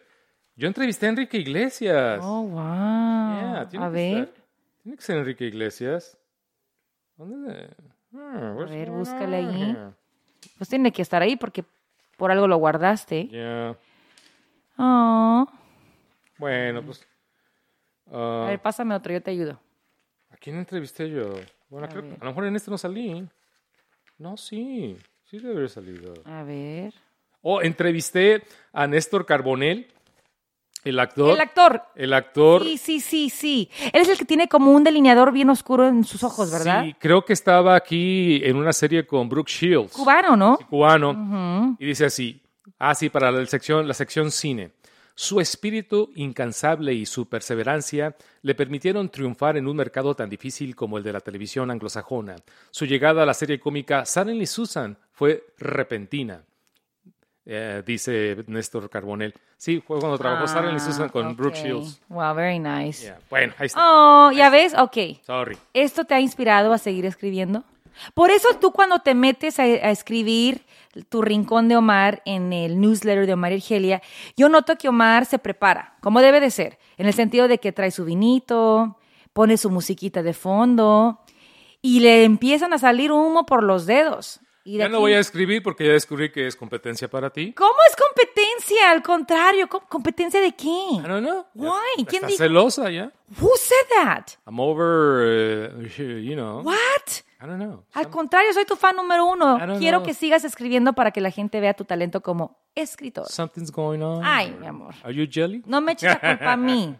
[SPEAKER 1] Yo entrevisté a Enrique Iglesias.
[SPEAKER 2] Oh, wow.
[SPEAKER 1] Yeah, tiene
[SPEAKER 2] a
[SPEAKER 1] que
[SPEAKER 2] ver,
[SPEAKER 1] estar. Tiene que ser Enrique Iglesias. ¿Dónde? Hmm, where's
[SPEAKER 2] ver,
[SPEAKER 1] going
[SPEAKER 2] búscale
[SPEAKER 1] on
[SPEAKER 2] ahí.
[SPEAKER 1] here?
[SPEAKER 2] pues tiene que estar ahí porque por algo lo guardaste.
[SPEAKER 1] Yeah.
[SPEAKER 2] Oh.
[SPEAKER 1] Bueno, pues.
[SPEAKER 2] A
[SPEAKER 1] ah,
[SPEAKER 2] ver, pásame otro, yo te ayudo.
[SPEAKER 1] ¿A quién entrevisté yo? Bueno,
[SPEAKER 2] A
[SPEAKER 1] creo que
[SPEAKER 2] ver.
[SPEAKER 1] a lo mejor en este no salí. No, sí. Sí debe haber salido.
[SPEAKER 2] A ver.
[SPEAKER 1] Oh, entrevisté a Néstor Carbonell, el actor.
[SPEAKER 2] El actor.
[SPEAKER 1] el actor.
[SPEAKER 2] Sí, sí, sí, sí. Él es el que tiene como un delineador bien oscuro en sus ojos, ¿verdad?
[SPEAKER 1] Sí, creo que estaba aquí en una serie con Brooke Shields.
[SPEAKER 2] Cubano, ¿no?
[SPEAKER 1] cubano y dice así, así para la sección, la sección cine. Su espíritu incansable y su perseverancia le permitieron triunfar en un mercado tan difícil como el de la televisión anglosajona. Su llegada a la serie cómica Suddenly Susan fue repentina. eh, dice Néstor Carbonell. Sí, fue cuando trabajó Suddenly Susan con
[SPEAKER 2] Ah,
[SPEAKER 1] Brooke
[SPEAKER 2] ok.
[SPEAKER 1] Shields.
[SPEAKER 2] Wow, very nice.
[SPEAKER 1] Yeah, Bueno, ahí está.
[SPEAKER 2] Oh, ¿ya ves? Ok.
[SPEAKER 1] Sorry.
[SPEAKER 2] ¿Esto te ha inspirado a seguir escribiendo? Por eso tú cuando te metes a, a escribir tu rincón de Omar en el newsletter de Omar y Argelia, yo noto que Omar se prepara, como debe de ser, en el sentido de que trae su vinito, pone su musiquita de fondo y le empiezan a salir humo por los dedos. Y de
[SPEAKER 1] Ya no
[SPEAKER 2] aquí-
[SPEAKER 1] voy a escribir porque ya descubrí que es competencia para ti.
[SPEAKER 2] ¿Cómo es competencia? Al contrario, ¿com- ¿competencia de qué?
[SPEAKER 1] Ah, no, no. Ya-
[SPEAKER 2] Why?
[SPEAKER 1] ya
[SPEAKER 2] ¿Quién
[SPEAKER 1] estás
[SPEAKER 2] dijo?
[SPEAKER 1] celosa ya.
[SPEAKER 2] Who said that?
[SPEAKER 1] I'm over, uh, you know.
[SPEAKER 2] What?
[SPEAKER 1] I don't know.
[SPEAKER 2] Al contrario, soy tu fan número uno.
[SPEAKER 1] I don't
[SPEAKER 2] Quiero
[SPEAKER 1] know.
[SPEAKER 2] que sigas escribiendo para que la gente vea tu talento como escritor.
[SPEAKER 1] Something's going on.
[SPEAKER 2] Ay, mi amor.
[SPEAKER 1] Are you jelly?
[SPEAKER 2] No me eches la culpa a mí.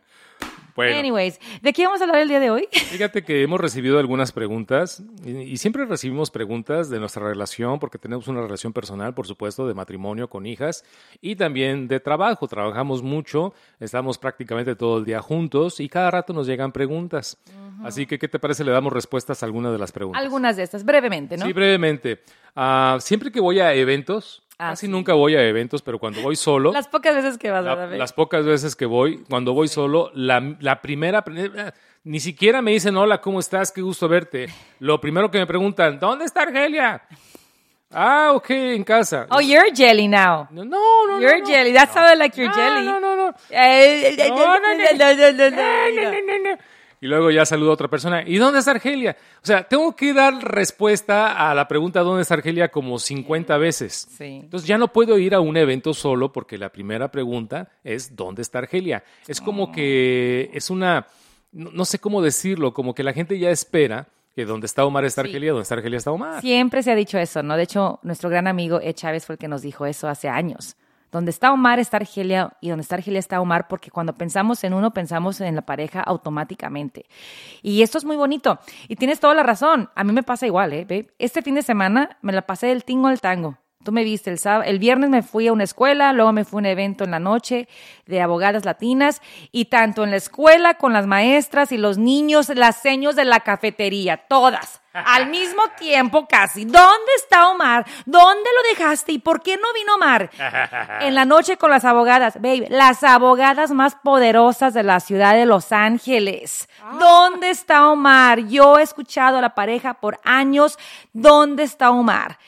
[SPEAKER 1] Bueno,
[SPEAKER 2] Anyways, ¿de qué vamos a hablar el día de hoy?
[SPEAKER 1] fíjate que hemos recibido algunas preguntas y, y siempre recibimos preguntas de nuestra relación porque tenemos una relación personal, por supuesto, de matrimonio con hijas y también de trabajo. Trabajamos mucho, estamos prácticamente todo el día juntos y cada rato nos llegan preguntas. Así que, ¿qué te parece? Le damos respuestas a algunas de las preguntas.
[SPEAKER 2] Algunas de estas, brevemente, ¿no?
[SPEAKER 1] Sí, brevemente. Ah, siempre que voy a eventos,
[SPEAKER 2] Ah,
[SPEAKER 1] casi
[SPEAKER 2] sí.
[SPEAKER 1] nunca voy a eventos, pero cuando voy solo...
[SPEAKER 2] Las pocas veces que vas
[SPEAKER 1] La-
[SPEAKER 2] a ver.
[SPEAKER 1] las pocas veces que voy, cuando voy solo, la, la primera, eh, ni siquiera me dicen hola, ¿cómo estás? Qué gusto verte. Lo primero que me preguntan, ¿dónde está Argelia? Ah, ok, en casa.
[SPEAKER 2] Oh, you're jelly now.
[SPEAKER 1] No, no, no.
[SPEAKER 2] You're
[SPEAKER 1] no.
[SPEAKER 2] jelly. That sounded like you're
[SPEAKER 1] No,
[SPEAKER 2] jelly.
[SPEAKER 1] no, no, no.
[SPEAKER 2] Eh, eh, eh,
[SPEAKER 1] No, no, no.
[SPEAKER 2] eh, no, no, no,
[SPEAKER 1] Ah, no,
[SPEAKER 2] no.
[SPEAKER 1] no, no, no. Y luego ya saludo a otra persona. ¿Y dónde está Argelia? O sea, tengo que dar respuesta a la pregunta ¿dónde está Argelia? como 50 veces.
[SPEAKER 2] Sí.
[SPEAKER 1] Entonces ya no puedo ir a un evento solo porque la primera pregunta es ¿dónde está Argelia? Es como que
[SPEAKER 2] Ah.
[SPEAKER 1] es una, no, no sé cómo decirlo, como que la gente ya espera que donde está Omar está
[SPEAKER 2] Sí.
[SPEAKER 1] Argelia, donde está Argelia está Omar.
[SPEAKER 2] Siempre se ha dicho eso, ¿no? De hecho, nuestro gran amigo Ed Chávez fue el que nos dijo eso hace años. Donde está Omar está Argelia y donde está Argelia está Omar porque cuando pensamos en uno pensamos en la pareja automáticamente. Y esto es muy bonito. Y tienes toda la razón. A mí me pasa igual, ¿eh? babe? Este fin de semana me la pasé del tingo al tango. Tú me viste el sábado, el viernes me fui a una escuela, luego me fui a un evento en la noche de abogadas latinas y tanto en la escuela con las maestras y los niños, las seños de la cafetería, todas. Al mismo tiempo casi. ¿Dónde está Omar? ¿Dónde lo dejaste? ¿Y por qué no vino Omar? En la noche con las abogadas, baby, las abogadas más poderosas de la ciudad de Los Ángeles. ¿Dónde está Omar? Yo he escuchado a la pareja por años. ¿Dónde está Omar?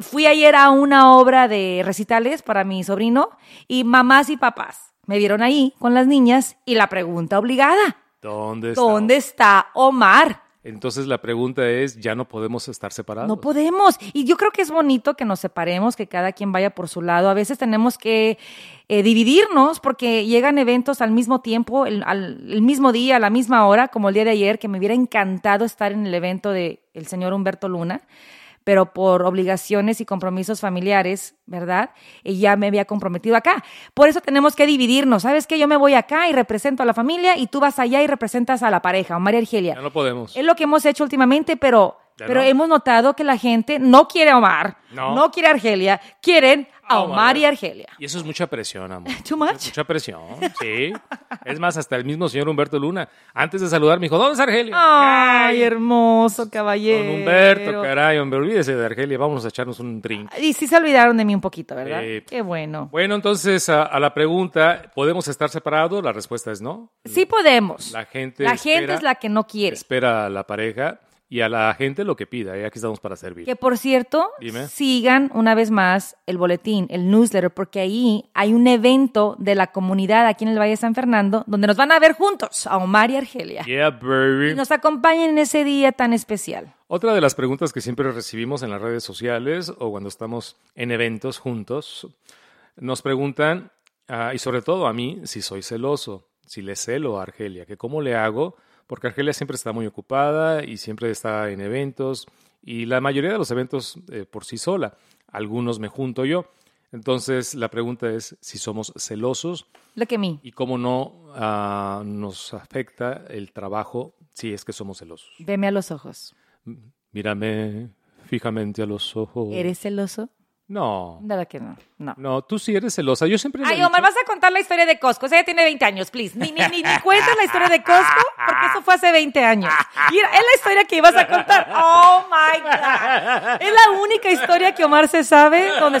[SPEAKER 2] Fui ayer a una obra de recitales para mi sobrino y mamás y papás me vieron ahí con las niñas y la pregunta obligada,
[SPEAKER 1] ¿Dónde está?
[SPEAKER 2] ¿dónde está Omar?
[SPEAKER 1] Entonces la pregunta es, ¿ya no podemos estar separados?
[SPEAKER 2] No podemos. Y yo creo que es bonito que nos separemos, que cada quien vaya por su lado. A veces tenemos que eh, dividirnos porque llegan eventos al mismo tiempo, el, al, el mismo día, a la misma hora, como el día de ayer, que me hubiera encantado estar en el evento del el señor Humberto Luna, pero por obligaciones y compromisos familiares, ¿verdad? Y ya me había comprometido acá. Por eso tenemos que dividirnos. ¿Sabes qué? Yo me voy acá y represento a la familia y tú vas allá y representas a la pareja, o María Argelia.
[SPEAKER 1] Ya no podemos.
[SPEAKER 2] Es lo que hemos hecho últimamente, pero,
[SPEAKER 1] Ya
[SPEAKER 2] pero
[SPEAKER 1] no.
[SPEAKER 2] hemos notado que la gente no quiere a Omar,
[SPEAKER 1] No.
[SPEAKER 2] no, quiere a Argelia, quieren a
[SPEAKER 1] Ah,
[SPEAKER 2] Omar,
[SPEAKER 1] Omar.
[SPEAKER 2] y Argelia.
[SPEAKER 1] Y eso es mucha presión, amor.
[SPEAKER 2] Too much.
[SPEAKER 1] Es mucha presión, sí. Es más, hasta el mismo señor Humberto Luna, antes de saludar, me dijo, ¿dónde es Argelia?
[SPEAKER 2] Ay, hermoso caballero.
[SPEAKER 1] Don Humberto, caray, hombre, olvídese de Argelia, vamos a echarnos un drink.
[SPEAKER 2] Y sí se olvidaron de mí un poquito, ¿verdad?
[SPEAKER 1] Sí.
[SPEAKER 2] Qué bueno.
[SPEAKER 1] Bueno, entonces a, a la pregunta, ¿podemos estar separados? La respuesta es no.
[SPEAKER 2] Sí podemos.
[SPEAKER 1] La gente
[SPEAKER 2] La
[SPEAKER 1] espera-
[SPEAKER 2] gente es la que no quiere.
[SPEAKER 1] Espera a la pareja y a la gente lo que pida, y aquí estamos para servir.
[SPEAKER 2] Que por cierto,
[SPEAKER 1] Dime.
[SPEAKER 2] sigan una vez más el boletín, el newsletter, porque ahí hay un evento de la comunidad aquí en el Valle de San Fernando donde nos van a ver juntos, a Omar y Argelia.
[SPEAKER 1] Yeah, baby.
[SPEAKER 2] Y nos acompañen en ese día tan especial.
[SPEAKER 1] Otra de las preguntas que siempre recibimos en las redes sociales o cuando estamos en eventos juntos, nos preguntan, ah, y sobre todo a mí, si soy celoso, si le celo a Argelia, que cómo le hago, porque Argelia siempre está muy ocupada y siempre está en eventos, y la mayoría de los eventos eh, por sí sola, algunos me junto yo. Entonces la pregunta es si somos celosos
[SPEAKER 2] Lo que a mí.
[SPEAKER 1] y cómo no ah, nos afecta el trabajo si es que somos celosos.
[SPEAKER 2] Veme a los ojos.
[SPEAKER 1] Mírame fijamente a los ojos.
[SPEAKER 2] ¿Eres celoso?
[SPEAKER 1] No,
[SPEAKER 2] Nada que no. No.
[SPEAKER 1] no, tú sí eres celosa. Yo siempre. lo he
[SPEAKER 2] Ay, Omar,
[SPEAKER 1] dicho.
[SPEAKER 2] vas a contar la historia de Costco. Esa ya tiene 20 años, please. Ni, ni, ni, ni cuentes la historia de Costco porque eso fue hace 20 años. Y era- es la historia que ibas a contar. Oh, my God. Es la única historia que Omar se sabe donde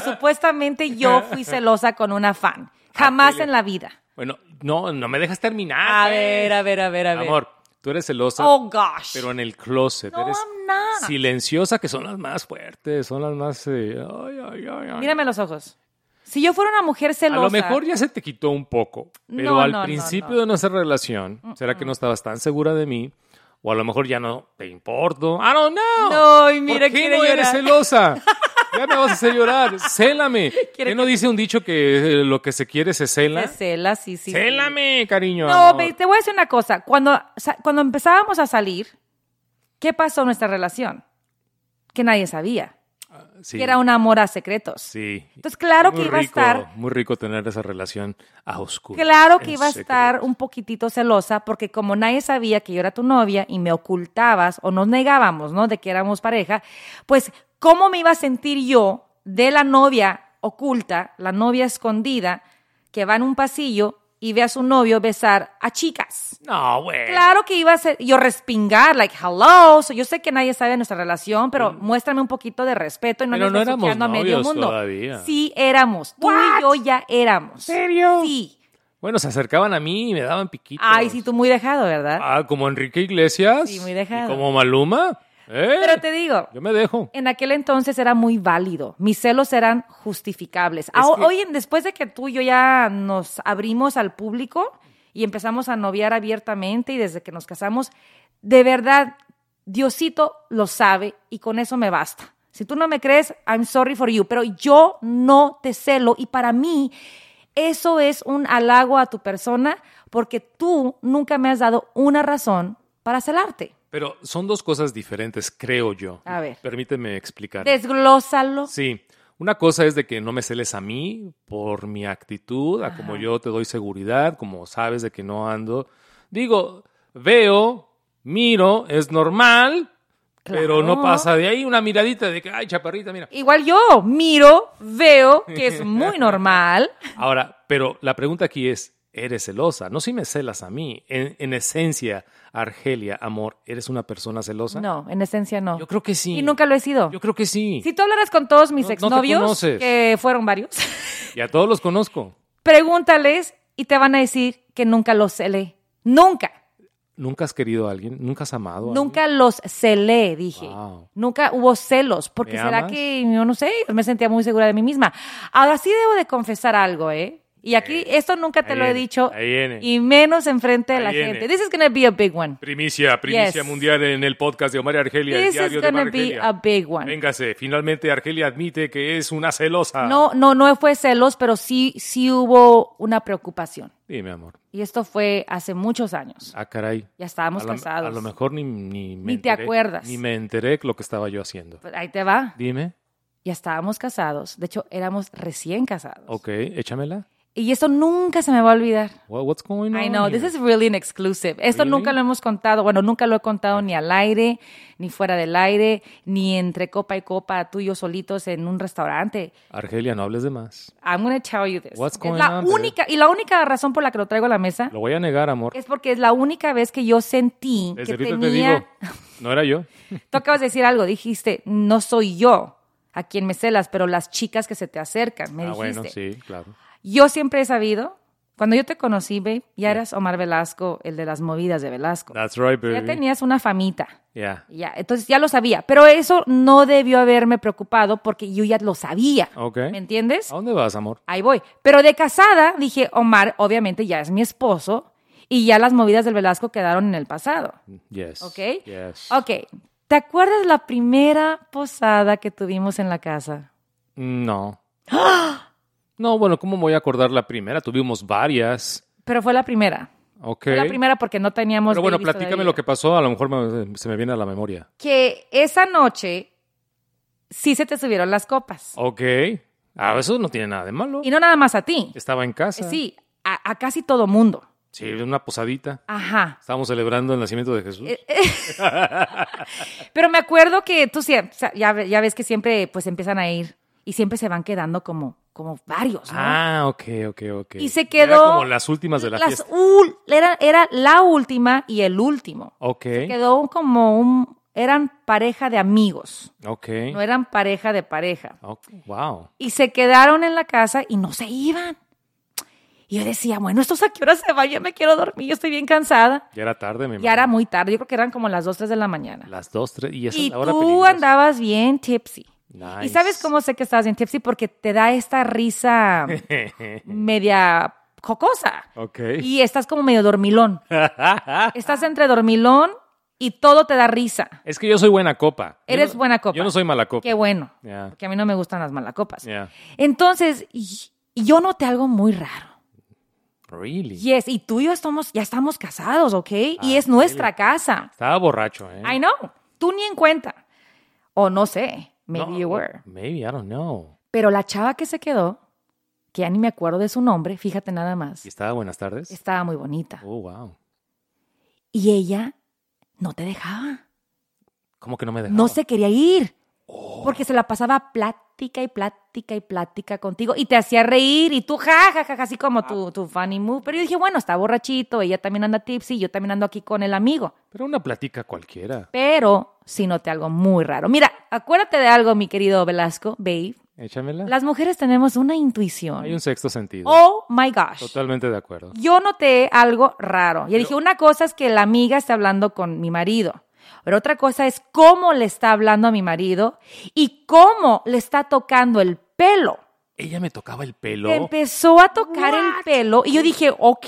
[SPEAKER 2] supuestamente yo fui celosa con una fan. Jamás en la vida.
[SPEAKER 1] Bueno, no, no me dejas terminar.
[SPEAKER 2] A
[SPEAKER 1] pues.
[SPEAKER 2] ver, a ver, a ver, a ver.
[SPEAKER 1] Amor, tú eres celosa,
[SPEAKER 2] Oh, gosh.
[SPEAKER 1] pero en el closet.
[SPEAKER 2] No,
[SPEAKER 1] eres
[SPEAKER 2] I'm not.
[SPEAKER 1] silenciosa, que son las más fuertes, son las más. eh, ay, ay, ay, ay.
[SPEAKER 2] Mírame a los ojos. Si yo fuera una mujer
[SPEAKER 1] a
[SPEAKER 2] celosa.
[SPEAKER 1] lo mejor ya se te quitó un poco, pero
[SPEAKER 2] No,
[SPEAKER 1] al
[SPEAKER 2] no, no,
[SPEAKER 1] principio
[SPEAKER 2] no. Mm,
[SPEAKER 1] de nuestra relación, ¿será que no estabas tan segura de mí? O a lo mejor ya no te importo. I don't know.
[SPEAKER 2] No, y mira,
[SPEAKER 1] ¿Por qué
[SPEAKER 2] quiere
[SPEAKER 1] no eres
[SPEAKER 2] llorar.
[SPEAKER 1] celosa? Ya me vas a hacer llorar. Célame. ¿Qué
[SPEAKER 2] Quiere
[SPEAKER 1] no
[SPEAKER 2] que-
[SPEAKER 1] dice un dicho que eh, lo que se quiere se cela?
[SPEAKER 2] Se cela, sí, sí. sí.
[SPEAKER 1] Célame, cariño.
[SPEAKER 2] No,
[SPEAKER 1] amor.
[SPEAKER 2] ve, te voy a decir una cosa. Cuando, sa- cuando empezábamos a salir, ¿qué pasó en nuestra relación? Que nadie sabía.
[SPEAKER 1] Sí,
[SPEAKER 2] Que era un amor a secretos.
[SPEAKER 1] sí.
[SPEAKER 2] Entonces, claro
[SPEAKER 1] Muy
[SPEAKER 2] que iba a
[SPEAKER 1] rico,
[SPEAKER 2] estar.
[SPEAKER 1] Muy rico tener esa relación a oscuras.
[SPEAKER 2] Claro que
[SPEAKER 1] en
[SPEAKER 2] iba a estar
[SPEAKER 1] secreto.
[SPEAKER 2] un poquitito celosa porque como nadie sabía que yo era tu novia y me ocultabas o nos negábamos, ¿no? De que éramos pareja, pues ¿cómo me iba a sentir yo de la novia oculta, la novia escondida, que va en un pasillo y ve a su novio besar a chicas?
[SPEAKER 1] No, güey.
[SPEAKER 2] Claro que iba a ser, yo respingar, like, hello. So, yo sé que nadie sabe de nuestra relación, pero muéstrame un poquito de respeto y no
[SPEAKER 1] Mm. Pero
[SPEAKER 2] me estés
[SPEAKER 1] no éramos
[SPEAKER 2] choqueando a medio
[SPEAKER 1] novios
[SPEAKER 2] mundo.
[SPEAKER 1] todavía.
[SPEAKER 2] Sí éramos. Tú y yo ya éramos.
[SPEAKER 1] ¿En serio?
[SPEAKER 2] Sí.
[SPEAKER 1] Bueno, se acercaban a mí y me daban piquitos.
[SPEAKER 2] Ay, sí, tú muy dejado, ¿verdad?
[SPEAKER 1] Ah, como Enrique Iglesias.
[SPEAKER 2] Sí, muy dejado.
[SPEAKER 1] Y como Maluma. ¿Eh?
[SPEAKER 2] pero te digo,
[SPEAKER 1] Yo me dejo.
[SPEAKER 2] en aquel entonces era muy válido. Mis celos eran justificables. Ah,
[SPEAKER 1] que-
[SPEAKER 2] Hoy, en- después de que tú y yo ya nos abrimos al público y empezamos a noviar abiertamente y desde que nos casamos, de verdad, Diosito lo sabe y con eso me basta. Si tú no me crees, I'm sorry for you, pero yo no te celo y para mí eso es un halago a tu persona porque tú nunca me has dado una razón para celarte.
[SPEAKER 1] Pero son dos cosas diferentes, creo yo.
[SPEAKER 2] A ver.
[SPEAKER 1] Permíteme explicar.
[SPEAKER 2] Desglósalo.
[SPEAKER 1] Sí. Una cosa es de que no me celes a mí por mi actitud, a como yo te doy seguridad, como sabes de que no ando. Digo, veo, miro, es normal Pero no pasa de ahí una miradita de que, ay, chaparrita, mira.
[SPEAKER 2] Igual yo miro, veo que es muy normal.
[SPEAKER 1] Ahora, pero la pregunta aquí es, ¿eres celosa? No si me celas a mí. En, en esencia, Argelia, amor, ¿eres una persona celosa?
[SPEAKER 2] No, en esencia no.
[SPEAKER 1] Yo creo que sí.
[SPEAKER 2] Y nunca lo he sido.
[SPEAKER 1] Yo creo que sí.
[SPEAKER 2] Si tú hablaras con todos mis
[SPEAKER 1] No- no te
[SPEAKER 2] exnovios,
[SPEAKER 1] conoces.
[SPEAKER 2] que fueron varios,
[SPEAKER 1] Y a todos los conozco.
[SPEAKER 2] pregúntales y te van a decir que nunca los celé. Nunca.
[SPEAKER 1] ¿Nunca has querido a alguien? ¿Nunca has amado a
[SPEAKER 2] Nunca los celé, dije.
[SPEAKER 1] Wow.
[SPEAKER 2] Nunca hubo celos, porque
[SPEAKER 1] ¿Me
[SPEAKER 2] será
[SPEAKER 1] amas?
[SPEAKER 2] que, yo no sé, me sentía muy segura de mí misma. Ahora sí debo de confesar algo, ¿eh? Y aquí, esto nunca te
[SPEAKER 1] ahí
[SPEAKER 2] lo he
[SPEAKER 1] viene,
[SPEAKER 2] dicho,
[SPEAKER 1] ahí viene.
[SPEAKER 2] y menos enfrente de
[SPEAKER 1] Ahí
[SPEAKER 2] la
[SPEAKER 1] viene.
[SPEAKER 2] gente. This is gonna be a big one.
[SPEAKER 1] Primicia, primicia
[SPEAKER 2] Yes.
[SPEAKER 1] mundial en el podcast de Omar y Argelia, el
[SPEAKER 2] This is
[SPEAKER 1] diario de Omar
[SPEAKER 2] gonna
[SPEAKER 1] y
[SPEAKER 2] be
[SPEAKER 1] Argelia.
[SPEAKER 2] a big one.
[SPEAKER 1] Véngase, finalmente Argelia admite que es una celosa.
[SPEAKER 2] No, no, no fue celos, pero sí, sí hubo una preocupación.
[SPEAKER 1] Dime, amor.
[SPEAKER 2] Y esto fue hace muchos años.
[SPEAKER 1] Ah, caray.
[SPEAKER 2] Ya estábamos
[SPEAKER 1] a lo,
[SPEAKER 2] casados.
[SPEAKER 1] A lo mejor ni, ni me
[SPEAKER 2] Ni te
[SPEAKER 1] enteré-
[SPEAKER 2] acuerdas. Pues,
[SPEAKER 1] Ni me enteré lo que estaba yo haciendo.
[SPEAKER 2] Pero Ahí te va.
[SPEAKER 1] Dime.
[SPEAKER 2] Ya estábamos casados. De hecho, éramos recién casados.
[SPEAKER 1] Ok, échamela.
[SPEAKER 2] Y esto nunca se me va a olvidar.
[SPEAKER 1] What- what's going on?
[SPEAKER 2] I know, this
[SPEAKER 1] here?
[SPEAKER 2] is really an exclusive. Esto
[SPEAKER 1] Really?
[SPEAKER 2] nunca lo hemos contado, bueno, nunca lo he contado ni al aire, ni fuera del aire, ni entre copa y copa, tú y yo solitos en un restaurante.
[SPEAKER 1] Argelia, no hables de más.
[SPEAKER 2] I'm gonna tell you this.
[SPEAKER 1] What's going
[SPEAKER 2] es la
[SPEAKER 1] on, babe?
[SPEAKER 2] única, y la única razón por la que lo traigo a la mesa
[SPEAKER 1] Lo voy a negar, amor.
[SPEAKER 2] es porque es la única vez que yo sentí
[SPEAKER 1] Desde
[SPEAKER 2] que
[SPEAKER 1] ahorita
[SPEAKER 2] tenía.
[SPEAKER 1] te digo, no era yo.
[SPEAKER 2] Tú acabas de decir algo, dijiste, no soy yo a quien me celas, pero las chicas que se te acercan, me
[SPEAKER 1] ah,
[SPEAKER 2] dijiste.
[SPEAKER 1] bueno, sí, claro.
[SPEAKER 2] Yo siempre he sabido, cuando yo te conocí, babe, ya eras Omar Velasco, el de las movidas de Velasco.
[SPEAKER 1] That's right, baby.
[SPEAKER 2] Ya tenías una famita.
[SPEAKER 1] Yeah.
[SPEAKER 2] Ya, entonces ya lo sabía, pero eso no debió haberme preocupado porque yo ya lo sabía.
[SPEAKER 1] Ok.
[SPEAKER 2] ¿Me entiendes?
[SPEAKER 1] ¿A dónde vas, amor?
[SPEAKER 2] Ahí voy. Pero de casada dije, Omar, obviamente ya es mi esposo y ya las movidas del Velasco quedaron en el pasado.
[SPEAKER 1] Yes.
[SPEAKER 2] ¿Ok?
[SPEAKER 1] Yes.
[SPEAKER 2] Ok. ¿Te acuerdas la primera posada que tuvimos en la casa?
[SPEAKER 1] No. No, bueno, ¿cómo me voy a acordar la primera? Tuvimos varias.
[SPEAKER 2] Pero fue la primera.
[SPEAKER 1] Ok.
[SPEAKER 2] Fue la primera porque no teníamos.
[SPEAKER 1] Pero bueno,
[SPEAKER 2] babies
[SPEAKER 1] platícame
[SPEAKER 2] todavía.
[SPEAKER 1] lo que pasó, a lo mejor me- se me viene a la memoria.
[SPEAKER 2] Que esa noche sí se te subieron las copas.
[SPEAKER 1] Ok. Ah, eso no tiene nada de malo.
[SPEAKER 2] Y no nada más a ti.
[SPEAKER 1] Estaba en casa.
[SPEAKER 2] Sí, a, a casi todo mundo.
[SPEAKER 1] Sí, una posadita.
[SPEAKER 2] Ajá.
[SPEAKER 1] Estábamos celebrando el nacimiento de Jesús.
[SPEAKER 2] Pero me acuerdo que tú sie- o sea, ya, ve- ya ves que siempre pues empiezan a ir y siempre se van quedando como, como varios, ¿no?
[SPEAKER 1] Ah, ok, ok, ok.
[SPEAKER 2] y se
[SPEAKER 1] Era
[SPEAKER 2] quedó.
[SPEAKER 1] como las últimas de la
[SPEAKER 2] las
[SPEAKER 1] fiesta.
[SPEAKER 2] ul- era, era la última y el último.
[SPEAKER 1] Ok,
[SPEAKER 2] Quedó como un. Eran pareja de amigos,
[SPEAKER 1] ok.
[SPEAKER 2] no eran pareja de pareja.
[SPEAKER 1] Ok, Wow.
[SPEAKER 2] Y se quedaron en la casa y no se iban. Y yo decía, bueno, ¿estos a qué hora se van? Yo me quiero dormir, yo estoy bien cansada.
[SPEAKER 1] Ya era tarde, me
[SPEAKER 2] Ya era muy tarde, yo creo que eran como las 2, 3 de la mañana.
[SPEAKER 1] Las dos, tres. Y esa
[SPEAKER 2] Y
[SPEAKER 1] es la hora
[SPEAKER 2] tú
[SPEAKER 1] peligrosa.
[SPEAKER 2] andabas bien tipsy.
[SPEAKER 1] Nice.
[SPEAKER 2] ¿Y sabes cómo sé que estabas bien tipsy? Porque te da esta risa media jocosa.
[SPEAKER 1] ok.
[SPEAKER 2] Y estás como medio dormilón. estás entre dormilón y todo te da risa.
[SPEAKER 1] Es que yo soy buena copa. Yo
[SPEAKER 2] Eres
[SPEAKER 1] no-
[SPEAKER 2] buena copa.
[SPEAKER 1] Yo no soy mala copa.
[SPEAKER 2] Qué bueno.
[SPEAKER 1] Ya.
[SPEAKER 2] Porque a mí no me gustan las malacopas.
[SPEAKER 1] Yeah.
[SPEAKER 2] Entonces, y- y yo noté algo muy raro.
[SPEAKER 1] Really.
[SPEAKER 2] Yes, y tú y yo estamos, ya estamos casados, ¿ok? y
[SPEAKER 1] Ah,
[SPEAKER 2] es nuestra casa.
[SPEAKER 1] Estaba borracho, ¿eh?
[SPEAKER 2] I know. Tú ni en cuenta. O no sé. Maybe
[SPEAKER 1] No,
[SPEAKER 2] you were.
[SPEAKER 1] Maybe, I don't know.
[SPEAKER 2] Pero la chava que se quedó, que ya ni me acuerdo de su nombre, fíjate nada más,
[SPEAKER 1] ¿Y estaba buenas tardes?
[SPEAKER 2] estaba muy bonita.
[SPEAKER 1] Oh, wow.
[SPEAKER 2] Y ella no te dejaba.
[SPEAKER 1] ¿Cómo que no me dejaba?
[SPEAKER 2] No se quería ir. Porque se la pasaba plática y plática y plática contigo y te hacía reír y tú ja, ja, ja, ja, así
[SPEAKER 1] Ah.
[SPEAKER 2] como tu, tu funny move. Pero yo dije, bueno, está borrachito, ella también anda tipsy, yo también ando aquí con el amigo.
[SPEAKER 1] Pero una platica cualquiera.
[SPEAKER 2] Pero sí noté algo muy raro. Mira, acuérdate de algo, mi querido Velasco, babe.
[SPEAKER 1] Échamela.
[SPEAKER 2] Las mujeres tenemos una intuición.
[SPEAKER 1] Ah. Hay un sexto sentido.
[SPEAKER 2] Oh my gosh.
[SPEAKER 1] Totalmente de acuerdo.
[SPEAKER 2] yo noté algo raro. Yo dije, una cosa es que la amiga está hablando con mi marido, pero otra cosa es cómo le está hablando a mi marido y cómo le está tocando el pelo.
[SPEAKER 1] Ella me tocaba el pelo.
[SPEAKER 2] Le empezó a tocar el pelo y yo dije, ok,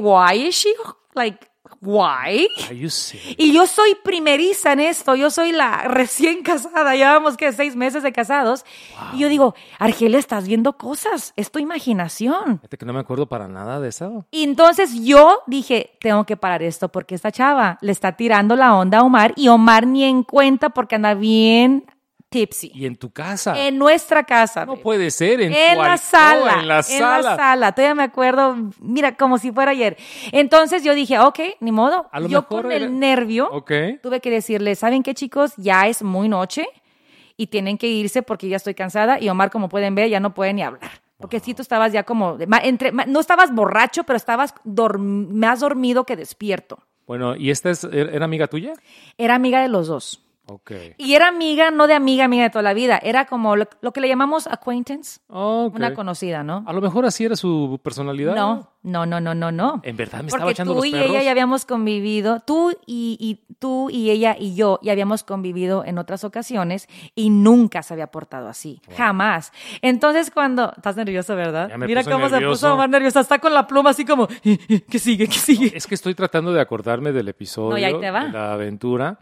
[SPEAKER 2] why is she like, why?
[SPEAKER 1] Are you serious?
[SPEAKER 2] Y yo soy primeriza en esto, yo soy la recién casada, llevamos que seis meses de casados. Y yo digo, Argelia, estás viendo cosas, es tu imaginación.
[SPEAKER 1] Fíjate que no me acuerdo para nada de eso.
[SPEAKER 2] Y entonces yo dije, tengo que parar esto porque esta chava le está tirando la onda a Omar y Omar ni en cuenta porque anda bien tipsy.
[SPEAKER 1] Y en tu casa.
[SPEAKER 2] En nuestra casa.
[SPEAKER 1] no
[SPEAKER 2] babe.
[SPEAKER 1] puede ser. En,
[SPEAKER 2] En
[SPEAKER 1] tu
[SPEAKER 2] la
[SPEAKER 1] alcoba,
[SPEAKER 2] sala.
[SPEAKER 1] En la sala.
[SPEAKER 2] sala. Todavía me acuerdo, mira, como si fuera ayer. Entonces yo dije, ok, ni modo.
[SPEAKER 1] A lo
[SPEAKER 2] yo
[SPEAKER 1] mejor
[SPEAKER 2] con
[SPEAKER 1] era-
[SPEAKER 2] el nervio
[SPEAKER 1] Ok.
[SPEAKER 2] tuve que decirle, ¿saben qué, chicos? Ya es muy noche y tienen que irse porque ya estoy cansada. Y Omar, como pueden ver, ya no puede ni hablar. Porque si tú estabas ya como, de- ma- entre, ma- no estabas borracho, pero estabas dorm- más dormido que despierto.
[SPEAKER 1] Bueno, ¿y esta es, er- era amiga tuya?
[SPEAKER 2] Era amiga de los dos.
[SPEAKER 1] Ok.
[SPEAKER 2] Y era amiga, no de amiga, amiga de toda la vida. Era como lo, lo que le llamamos acquaintance,
[SPEAKER 1] Ok.
[SPEAKER 2] una conocida, ¿no?
[SPEAKER 1] A lo mejor así era su personalidad.
[SPEAKER 2] No, no, no, no, no, no.
[SPEAKER 1] En verdad me estaba
[SPEAKER 2] Porque
[SPEAKER 1] echando
[SPEAKER 2] tú
[SPEAKER 1] los
[SPEAKER 2] y
[SPEAKER 1] perros.
[SPEAKER 2] ella ya habíamos convivido, tú y, y- tú y ella y yo ya habíamos convivido en otras ocasiones y nunca se había portado así, jamás. Entonces cuando estás nervioso, ¿verdad?
[SPEAKER 1] Ya me
[SPEAKER 2] Mira
[SPEAKER 1] puse
[SPEAKER 2] cómo se
[SPEAKER 1] nervioso.
[SPEAKER 2] puso más nerviosa, está con la pluma así como, "Eh, ¿qué sigue? ¿Qué sigue?
[SPEAKER 1] Es que estoy tratando de acordarme del episodio
[SPEAKER 2] No, y ahí te va.
[SPEAKER 1] de la aventura.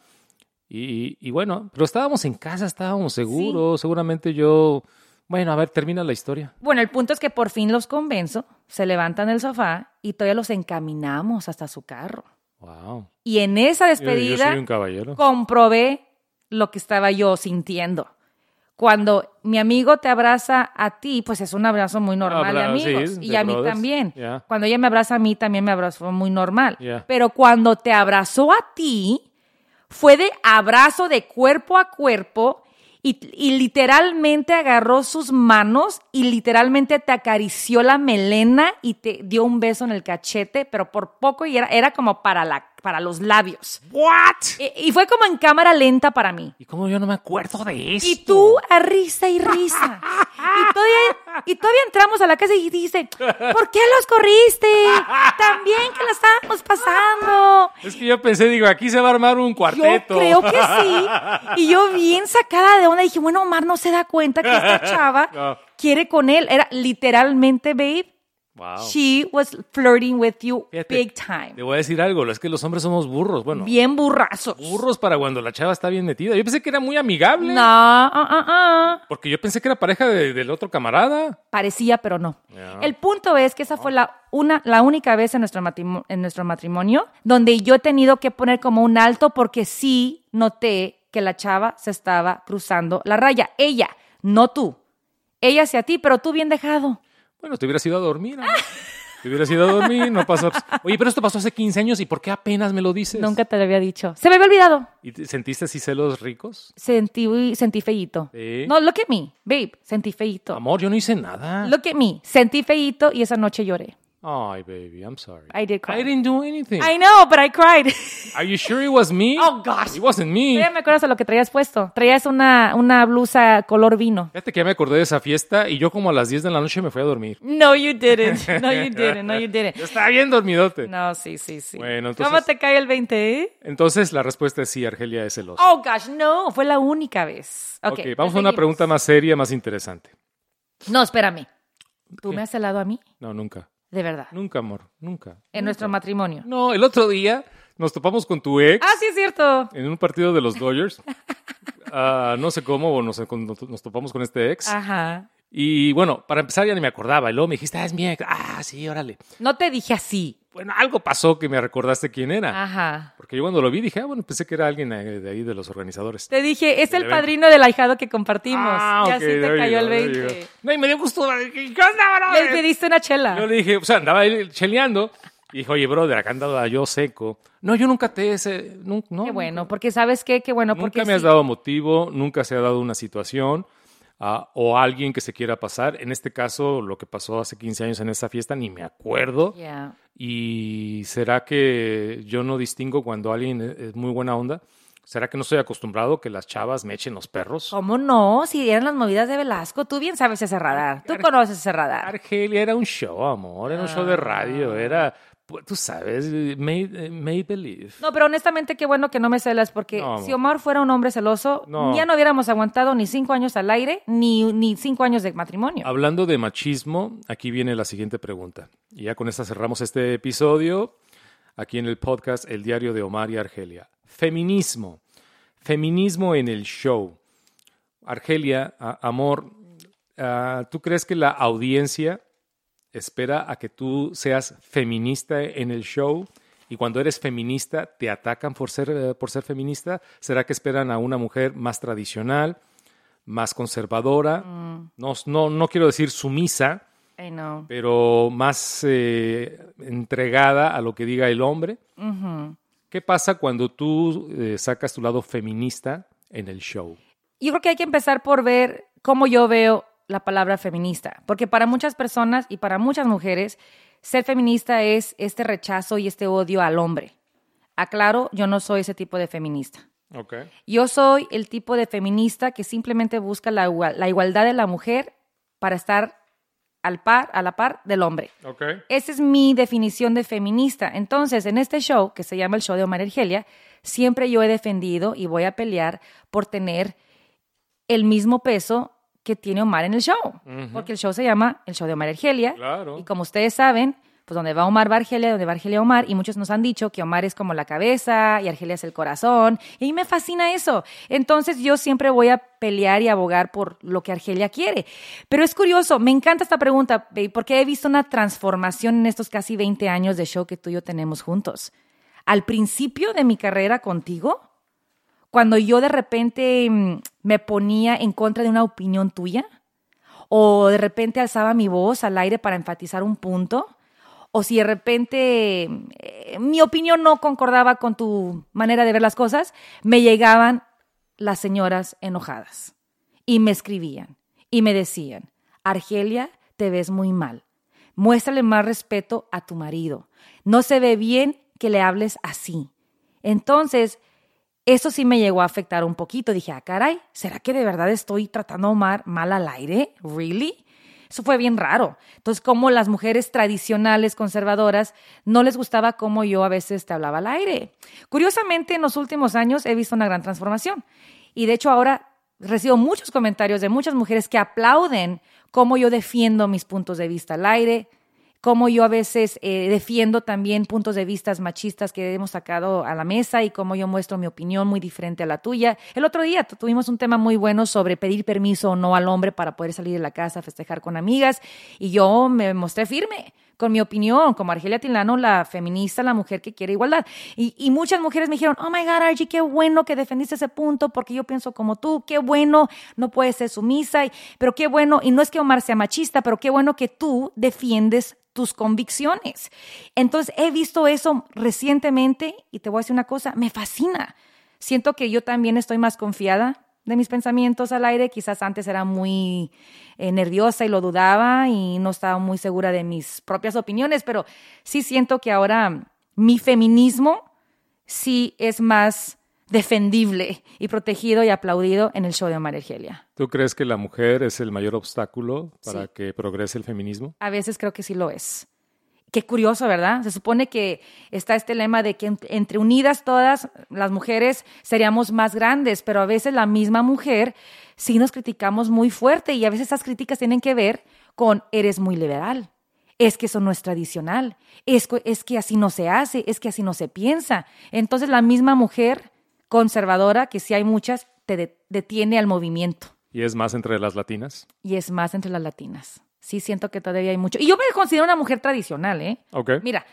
[SPEAKER 1] Y, y bueno, pero estábamos en casa, estábamos seguros. Seguramente yo. Bueno, a ver, termina la historia.
[SPEAKER 2] Bueno, el punto es que por fin los convenzo, se levantan del sofá y todavía los encaminamos hasta su carro.
[SPEAKER 1] Wow.
[SPEAKER 2] Y en esa
[SPEAKER 1] Yo- Yo,
[SPEAKER 2] despedida
[SPEAKER 1] soy un caballero.
[SPEAKER 2] comprobé lo que estaba yo sintiendo. Cuando mi amigo te abraza a ti, pues es un abrazo muy normal de
[SPEAKER 1] Abra- Ah, sí,
[SPEAKER 2] amigos.
[SPEAKER 1] de
[SPEAKER 2] y a mí
[SPEAKER 1] brothers.
[SPEAKER 2] también.
[SPEAKER 1] Ya.
[SPEAKER 2] Cuando ella me abraza a mí, también me abrazó muy normal.
[SPEAKER 1] Ya.
[SPEAKER 2] Pero cuando te abrazó a ti, fue de abrazo de cuerpo a cuerpo y, y literalmente agarró sus manos y literalmente te acarició la melena y te dio un beso en el cachete, pero por poco y era, era como para, la, para los labios.
[SPEAKER 1] ¿What?
[SPEAKER 2] Y- Y fue como en cámara lenta para mí.
[SPEAKER 1] ¿Y cómo yo no me acuerdo de eso?
[SPEAKER 2] Y tú a risa y risa. Y todavía, y todavía entramos a la casa y dice, ¿por qué los corriste? También que la estábamos pasando.
[SPEAKER 1] Es que yo pensé, digo, aquí se va a armar un cuarteto.
[SPEAKER 2] Yo creo que sí. Y yo bien sacada de onda dije, bueno, Omar no se da cuenta que esta chava
[SPEAKER 1] No.
[SPEAKER 2] quiere con él. Era literalmente, babe,
[SPEAKER 1] Wow.
[SPEAKER 2] she was flirting with you
[SPEAKER 1] Fíjate,
[SPEAKER 2] big time.
[SPEAKER 1] Te voy a decir algo, es que los hombres somos burros. Bueno,
[SPEAKER 2] Bien burrazos.
[SPEAKER 1] burros para cuando la chava está bien metida. Yo pensé que era muy amigable.
[SPEAKER 2] No, ah, ah, ah.
[SPEAKER 1] Porque yo pensé que era pareja de- del otro camarada.
[SPEAKER 2] Parecía, pero no.
[SPEAKER 1] Ya.
[SPEAKER 2] El punto es que esa fue la, una, la única vez en nuestro, matrimo- en nuestro matrimonio donde yo he tenido que poner como un alto porque sí noté que la chava se estaba cruzando la raya. Ella, no tú. Ella hacia ti, pero tú bien dejado.
[SPEAKER 1] Bueno, te hubieras ido a dormir. ¿no? Te hubieras ido a dormir, no pasó. Oye, pero esto pasó hace 15 años y ¿por qué apenas me lo dices?
[SPEAKER 2] Nunca te lo había dicho. Se me había olvidado.
[SPEAKER 1] ¿Y te- sentiste así celos ricos?
[SPEAKER 2] Sentí, sentí feíto.
[SPEAKER 1] Sí.
[SPEAKER 2] No, look at me, babe. Sentí feíto.
[SPEAKER 1] Amor, yo no hice nada.
[SPEAKER 2] Look at me. Sentí feíto y esa noche lloré.
[SPEAKER 1] Ay, baby, I'm sorry.
[SPEAKER 2] I did cry.
[SPEAKER 1] I didn't do anything.
[SPEAKER 2] I know, but I cried.
[SPEAKER 1] Are you sure it was me?
[SPEAKER 2] Oh, Em gosh.
[SPEAKER 1] It wasn't me.
[SPEAKER 2] Todavía me acuerdas de lo que traías puesto. Traías una, una blusa color vino.
[SPEAKER 1] Fíjate que ya me acordé de esa fiesta y yo como a las 10 de la noche me fui a dormir.
[SPEAKER 2] No, you didn't. No, you didn't. No, you didn't.
[SPEAKER 1] Yo estaba bien dormidote.
[SPEAKER 2] No, sí, sí, sí.
[SPEAKER 1] Bueno, entonces-
[SPEAKER 2] ¿Cómo te cae el 20, eh?
[SPEAKER 1] Entonces la respuesta es sí, Argelia es celosa.
[SPEAKER 2] Oh, gosh, no. Fue la única vez. Oh,
[SPEAKER 1] ok,
[SPEAKER 2] Ok,
[SPEAKER 1] vamos a una
[SPEAKER 2] seguimos.
[SPEAKER 1] pregunta más seria, más interesante.
[SPEAKER 2] No, espérame. ¿Tú
[SPEAKER 1] ¿Qué?
[SPEAKER 2] me has helado a mí?
[SPEAKER 1] No, nunca.
[SPEAKER 2] De verdad.
[SPEAKER 1] Nunca, amor. Nunca.
[SPEAKER 2] En nuestro matrimonio.
[SPEAKER 1] No, el otro día nos topamos con tu ex.
[SPEAKER 2] Ah, sí, es cierto.
[SPEAKER 1] en un partido de los Dodgers. Ah, no sé cómo, o nos, nos topamos con este ex.
[SPEAKER 2] Ah. Ajá.
[SPEAKER 1] Y bueno, para empezar ya ni me acordaba. Y luego me dijiste, ah, es mi ex. Ah, sí, órale.
[SPEAKER 2] No te dije así.
[SPEAKER 1] Bueno, algo pasó que me recordaste quién era.
[SPEAKER 2] Ajá.
[SPEAKER 1] Porque yo cuando lo vi dije, ah, bueno, pensé que era alguien eh, de ahí de los organizadores.
[SPEAKER 2] Te dije, es
[SPEAKER 1] Del
[SPEAKER 2] el
[SPEAKER 1] evento.
[SPEAKER 2] padrino del ahijado que compartimos.
[SPEAKER 1] Ah,
[SPEAKER 2] y
[SPEAKER 1] ok,
[SPEAKER 2] así
[SPEAKER 1] there
[SPEAKER 2] te
[SPEAKER 1] you
[SPEAKER 2] cayó
[SPEAKER 1] go,
[SPEAKER 2] el
[SPEAKER 1] there you
[SPEAKER 2] 20.
[SPEAKER 1] go. No, y me dio gusto. eh, ¿Qué onda, brother?
[SPEAKER 2] Le pediste una chela.
[SPEAKER 1] Yo le dije, o sea, andaba él cheleando. Y dije, oye, brother, acá andaba yo seco. No, yo nunca te... Ese, nun- no,
[SPEAKER 2] Qué bueno, porque ¿sabes qué? Qué bueno, porque
[SPEAKER 1] nunca me has
[SPEAKER 2] sí.
[SPEAKER 1] dado motivo, nunca se ha dado una situación ah, o alguien que se quiera pasar. En este caso, lo que pasó hace 15 años en esa fiesta, ni me acuerdo.
[SPEAKER 2] Yeah.
[SPEAKER 1] ¿Y será que yo no distingo cuando alguien e- es muy buena onda? ¿Será que no estoy acostumbrado que las chavas me echen los perros?
[SPEAKER 2] ¿Cómo no? Si eran las movidas de Velasco, tú bien sabes ese radar. Tú conoces ese radar.
[SPEAKER 1] Argelia era un show, amor, era un show de radio, era, pues, tú sabes, eh, made, eh, made believe.
[SPEAKER 2] No, pero honestamente, qué bueno que no me celas, porque
[SPEAKER 1] No, amor.
[SPEAKER 2] si Omar fuera un hombre celoso,
[SPEAKER 1] No.
[SPEAKER 2] ya no hubiéramos aguantado ni cinco años al aire, ni, ni cinco años de matrimonio.
[SPEAKER 1] Hablando de machismo, aquí viene la siguiente pregunta. Y ya con esta cerramos este episodio. Aquí en el podcast El Diario de Omar y Argelia. Feminismo. Feminismo en el show. Argelia, a- amor, ah, ¿tú crees que la audiencia espera a que tú seas feminista en el show? Y cuando eres feminista, ¿te atacan por ser, eh, por ser feminista? ¿Será que esperan a una mujer más tradicional? más conservadora,
[SPEAKER 2] Mm.
[SPEAKER 1] no, no, no quiero decir sumisa,
[SPEAKER 2] I know.
[SPEAKER 1] pero más eh, entregada a lo que diga el hombre. ¿Qué pasa cuando tú eh, sacas tu lado feminista en el show?
[SPEAKER 2] Yo creo que hay que empezar por ver cómo yo veo la palabra feminista, porque para muchas personas y para muchas mujeres, ser feminista es este rechazo y este odio al hombre. Aclaro, yo no soy ese tipo de feminista.
[SPEAKER 1] Ok.
[SPEAKER 2] Yo soy el tipo de feminista que simplemente busca la, igua- la igualdad de la mujer para estar al par, a la par del hombre.
[SPEAKER 1] Ok.
[SPEAKER 2] Esa es mi definición de feminista. Entonces, en este show, que se llama el show de Omar Argelia, siempre yo he defendido y voy a pelear por tener el mismo peso que tiene Omar en el show. Porque el show se llama el show de Omar Argelia.
[SPEAKER 1] Claro.
[SPEAKER 2] Y como ustedes saben, pues donde va Omar va Argelia, donde va Argelia Omar. Y muchos nos han dicho que Omar es como la cabeza y Argelia es el corazón. Y a mí me fascina eso. Entonces yo siempre voy a pelear y abogar por lo que Argelia quiere. Pero es curioso, me encanta esta pregunta, babe, porque he visto una transformación en estos casi 20 años de show que tú y yo tenemos juntos. Al principio de mi carrera contigo, cuando yo de repente mm, me ponía en contra de una opinión tuya, o de repente alzaba mi voz al aire para enfatizar un punto, o si de repente eh, mi opinión no concordaba con tu manera de ver las cosas, me llegaban las señoras enojadas y me escribían y me decían, Argelia, te ves muy mal, muéstrale más respeto a tu marido, no se ve bien que le hables así. Entonces, eso sí me llegó a afectar un poquito. Dije, ah, caray, ¿será que de verdad estoy tratando a Omar mal al aire? ¿Really? Eso fue bien raro. Entonces, como las mujeres tradicionales, conservadoras, no les gustaba cómo yo a veces te hablaba al aire. Curiosamente, en los últimos años he visto una gran transformación. Y de hecho, ahora recibo muchos comentarios de muchas mujeres que aplauden cómo yo defiendo mis puntos de vista al aire, cómo yo a veces eh, defiendo también puntos de vistas machistas que hemos sacado a la mesa y cómo yo muestro mi opinión muy diferente a la tuya. El otro día tu- tuvimos un tema muy bueno sobre pedir permiso o no al hombre para poder salir de la casa a festejar con amigas y yo me mostré firme con mi opinión, como Argelia Tilano, la feminista, la mujer que quiere igualdad. Y, y muchas mujeres me dijeron, oh my God, Argie, qué bueno que defendiste ese punto porque yo pienso como tú, qué bueno, no puedes ser sumisa, y- pero qué bueno, y no es que Omar sea machista, pero qué bueno que tú defiendes tus convicciones. Entonces, he visto eso recientemente y te voy a decir una cosa, me fascina. Siento que yo también estoy más confiada de mis pensamientos al aire. Quizás antes era muy eh, nerviosa y lo dudaba y no estaba muy segura de mis propias opiniones, pero sí siento que ahora mm, mi feminismo sí es más defendible y protegido y aplaudido en el show de Omar Argelia.
[SPEAKER 1] ¿Tú crees que la mujer es el mayor obstáculo para
[SPEAKER 2] Sí.
[SPEAKER 1] que progrese el feminismo?
[SPEAKER 2] A veces creo que sí lo es. Qué curioso, ¿verdad? Se supone que está este lema de que ent- entre unidas todas las mujeres seríamos más grandes, pero a veces la misma mujer sí nos criticamos muy fuerte y a veces esas críticas tienen que ver con eres muy liberal, es que eso no es tradicional, es, que- es que así no se hace, es que así no se piensa. Entonces la misma mujer conservadora, que sí hay muchas, te de- detiene al movimiento
[SPEAKER 1] ¿Y es más entre las latinas?
[SPEAKER 2] y es más entre las latinas. Sí, siento que todavía hay mucho. Y yo me considero una mujer tradicional, ¿eh?
[SPEAKER 1] Ok.
[SPEAKER 2] Mira,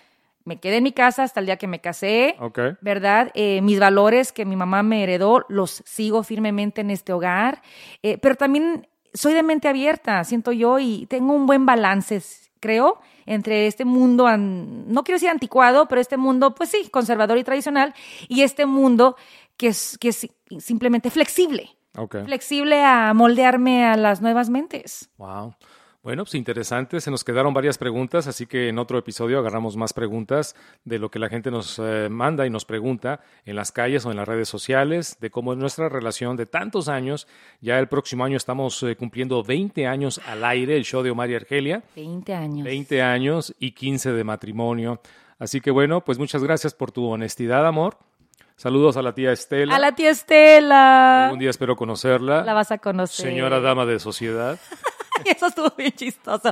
[SPEAKER 2] me quedé en mi casa hasta el día que me casé,
[SPEAKER 1] Ok.
[SPEAKER 2] ¿verdad? Eh, mis valores que mi mamá me heredó los sigo firmemente en este hogar, Eh, pero también soy de mente abierta, siento yo, y tengo un buen balance, s- creo, entre este mundo, an- no quiero decir anticuado, pero este mundo, pues sí, conservador y tradicional, y este mundo que es, que es si- simplemente flexible
[SPEAKER 1] Ok.
[SPEAKER 2] flexible a moldearme a las nuevas mentes.
[SPEAKER 1] Wow. Bueno, pues interesante. Se nos quedaron varias preguntas, así que en otro episodio agarramos más preguntas de lo que la gente nos eh, manda y nos pregunta en las calles o en las redes sociales, de cómo es nuestra relación de tantos años. Ya el próximo año estamos eh, cumpliendo 20 años al aire, el show de Omar y Argelia.
[SPEAKER 2] 20 años.
[SPEAKER 1] 20 años y 15 de matrimonio. Así que bueno, pues muchas gracias por tu honestidad, amor. Saludos a la tía Estela.
[SPEAKER 2] A la tía Estela.
[SPEAKER 1] Algún día espero conocerla.
[SPEAKER 2] La vas a conocer.
[SPEAKER 1] Señora dama de sociedad.
[SPEAKER 2] Eso estuvo bien chistoso.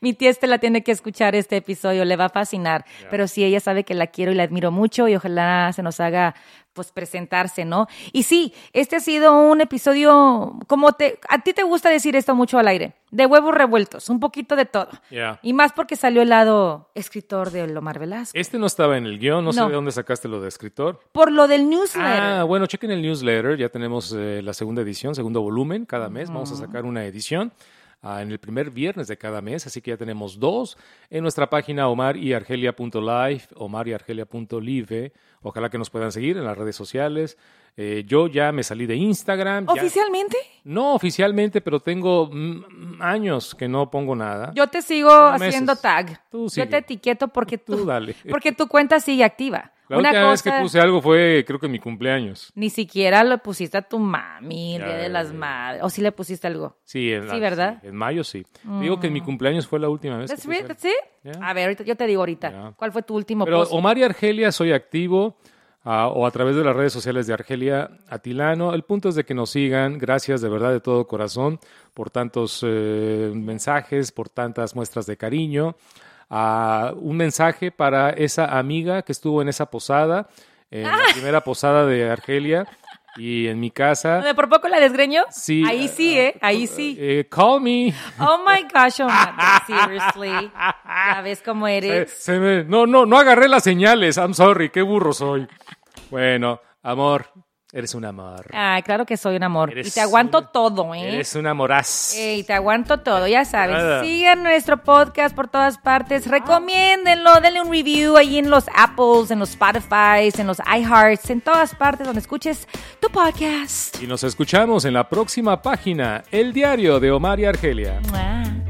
[SPEAKER 2] Mi tía Estela tiene que escuchar este episodio, le va a fascinar.
[SPEAKER 1] Ya.
[SPEAKER 2] Pero sí, ella sabe que la quiero y la admiro mucho y ojalá se nos haga pues presentarse, ¿no? Y sí, este ha sido un episodio como te a ti te gusta decir esto mucho al aire, de huevos revueltos, un poquito de todo.
[SPEAKER 1] Ya.
[SPEAKER 2] Y más porque salió el lado escritor de Lomar Velasco.
[SPEAKER 1] Este no estaba en el guión, no, sé
[SPEAKER 2] No.
[SPEAKER 1] de dónde sacaste lo de escritor.
[SPEAKER 2] Por lo del newsletter.
[SPEAKER 1] Ah, bueno, chequen el newsletter, ya tenemos eh, la segunda edición, segundo volumen cada mes, vamos a sacar una edición ah, en el primer viernes de cada mes, así que ya tenemos dos en nuestra página omariargelia.live, omariargelia.live, ojalá que nos puedan seguir en las redes sociales. Eh, yo ya me salí de Instagram. ya-
[SPEAKER 2] ¿Oficialmente?
[SPEAKER 1] No oficialmente, pero tengo mm, años que no pongo nada.
[SPEAKER 2] Yo te sigo
[SPEAKER 1] Meses.
[SPEAKER 2] haciendo tag.
[SPEAKER 1] Tú sigue.
[SPEAKER 2] Yo te etiqueto porque
[SPEAKER 1] Tú
[SPEAKER 2] tú,
[SPEAKER 1] dale.
[SPEAKER 2] porque tu cuenta sigue activa.
[SPEAKER 1] la última vez que puse algo fue, creo que en mi cumpleaños.
[SPEAKER 2] Ni siquiera lo pusiste a tu mami, el
[SPEAKER 1] Ya,
[SPEAKER 2] día de
[SPEAKER 1] ya,
[SPEAKER 2] las
[SPEAKER 1] ya.
[SPEAKER 2] madres. O si le pusiste algo.
[SPEAKER 1] Sí, en, ah,
[SPEAKER 2] Sí, ¿verdad? Mm.
[SPEAKER 1] sí, en mayo sí. Digo que en mi cumpleaños fue la última vez. que
[SPEAKER 2] That's
[SPEAKER 1] puse
[SPEAKER 2] it,
[SPEAKER 1] algo.
[SPEAKER 2] that's it.
[SPEAKER 1] Ya.
[SPEAKER 2] A ver, ahorita yo te digo ahorita.
[SPEAKER 1] Ya.
[SPEAKER 2] ¿Cuál fue tu último
[SPEAKER 1] Pero
[SPEAKER 2] post?
[SPEAKER 1] Omar y Argelia, soy activo ah, o a través de las redes sociales de Argelia Atilano. El punto es de que nos sigan. Gracias de verdad de todo corazón por tantos eh, mensajes, por tantas muestras de cariño. Ah, un mensaje para esa amiga que estuvo en esa posada, en
[SPEAKER 2] Ah.
[SPEAKER 1] la primera posada de Argelia y en mi casa.
[SPEAKER 2] ¿De por poco la desgreño?
[SPEAKER 1] Sí,
[SPEAKER 2] Ahí sí, ¿eh? Ahí sí.
[SPEAKER 1] Eh, call me.
[SPEAKER 2] Oh my gosh, Omar. Seriously. Ya ves cómo
[SPEAKER 1] Eh,
[SPEAKER 2] eres.
[SPEAKER 1] se me- no, no, no agarré las señales. I'm sorry, qué burro soy. Bueno, amor, eres un amor.
[SPEAKER 2] Ah, claro que soy un amor.
[SPEAKER 1] Eres
[SPEAKER 2] y te aguanto
[SPEAKER 1] una-
[SPEAKER 2] todo, ¿eh?
[SPEAKER 1] Eres una moraz.
[SPEAKER 2] Ey, te aguanto todo, ya sabes.
[SPEAKER 1] Nada.
[SPEAKER 2] Sigan nuestro podcast por todas partes. Recomiéndenlo, denle un review ahí en los Apples, en los Spotifys, en los iHearts, en todas partes donde escuches tu podcast.
[SPEAKER 1] Y nos escuchamos en la próxima página, El Diario de Omar y Argelia.
[SPEAKER 2] Mua.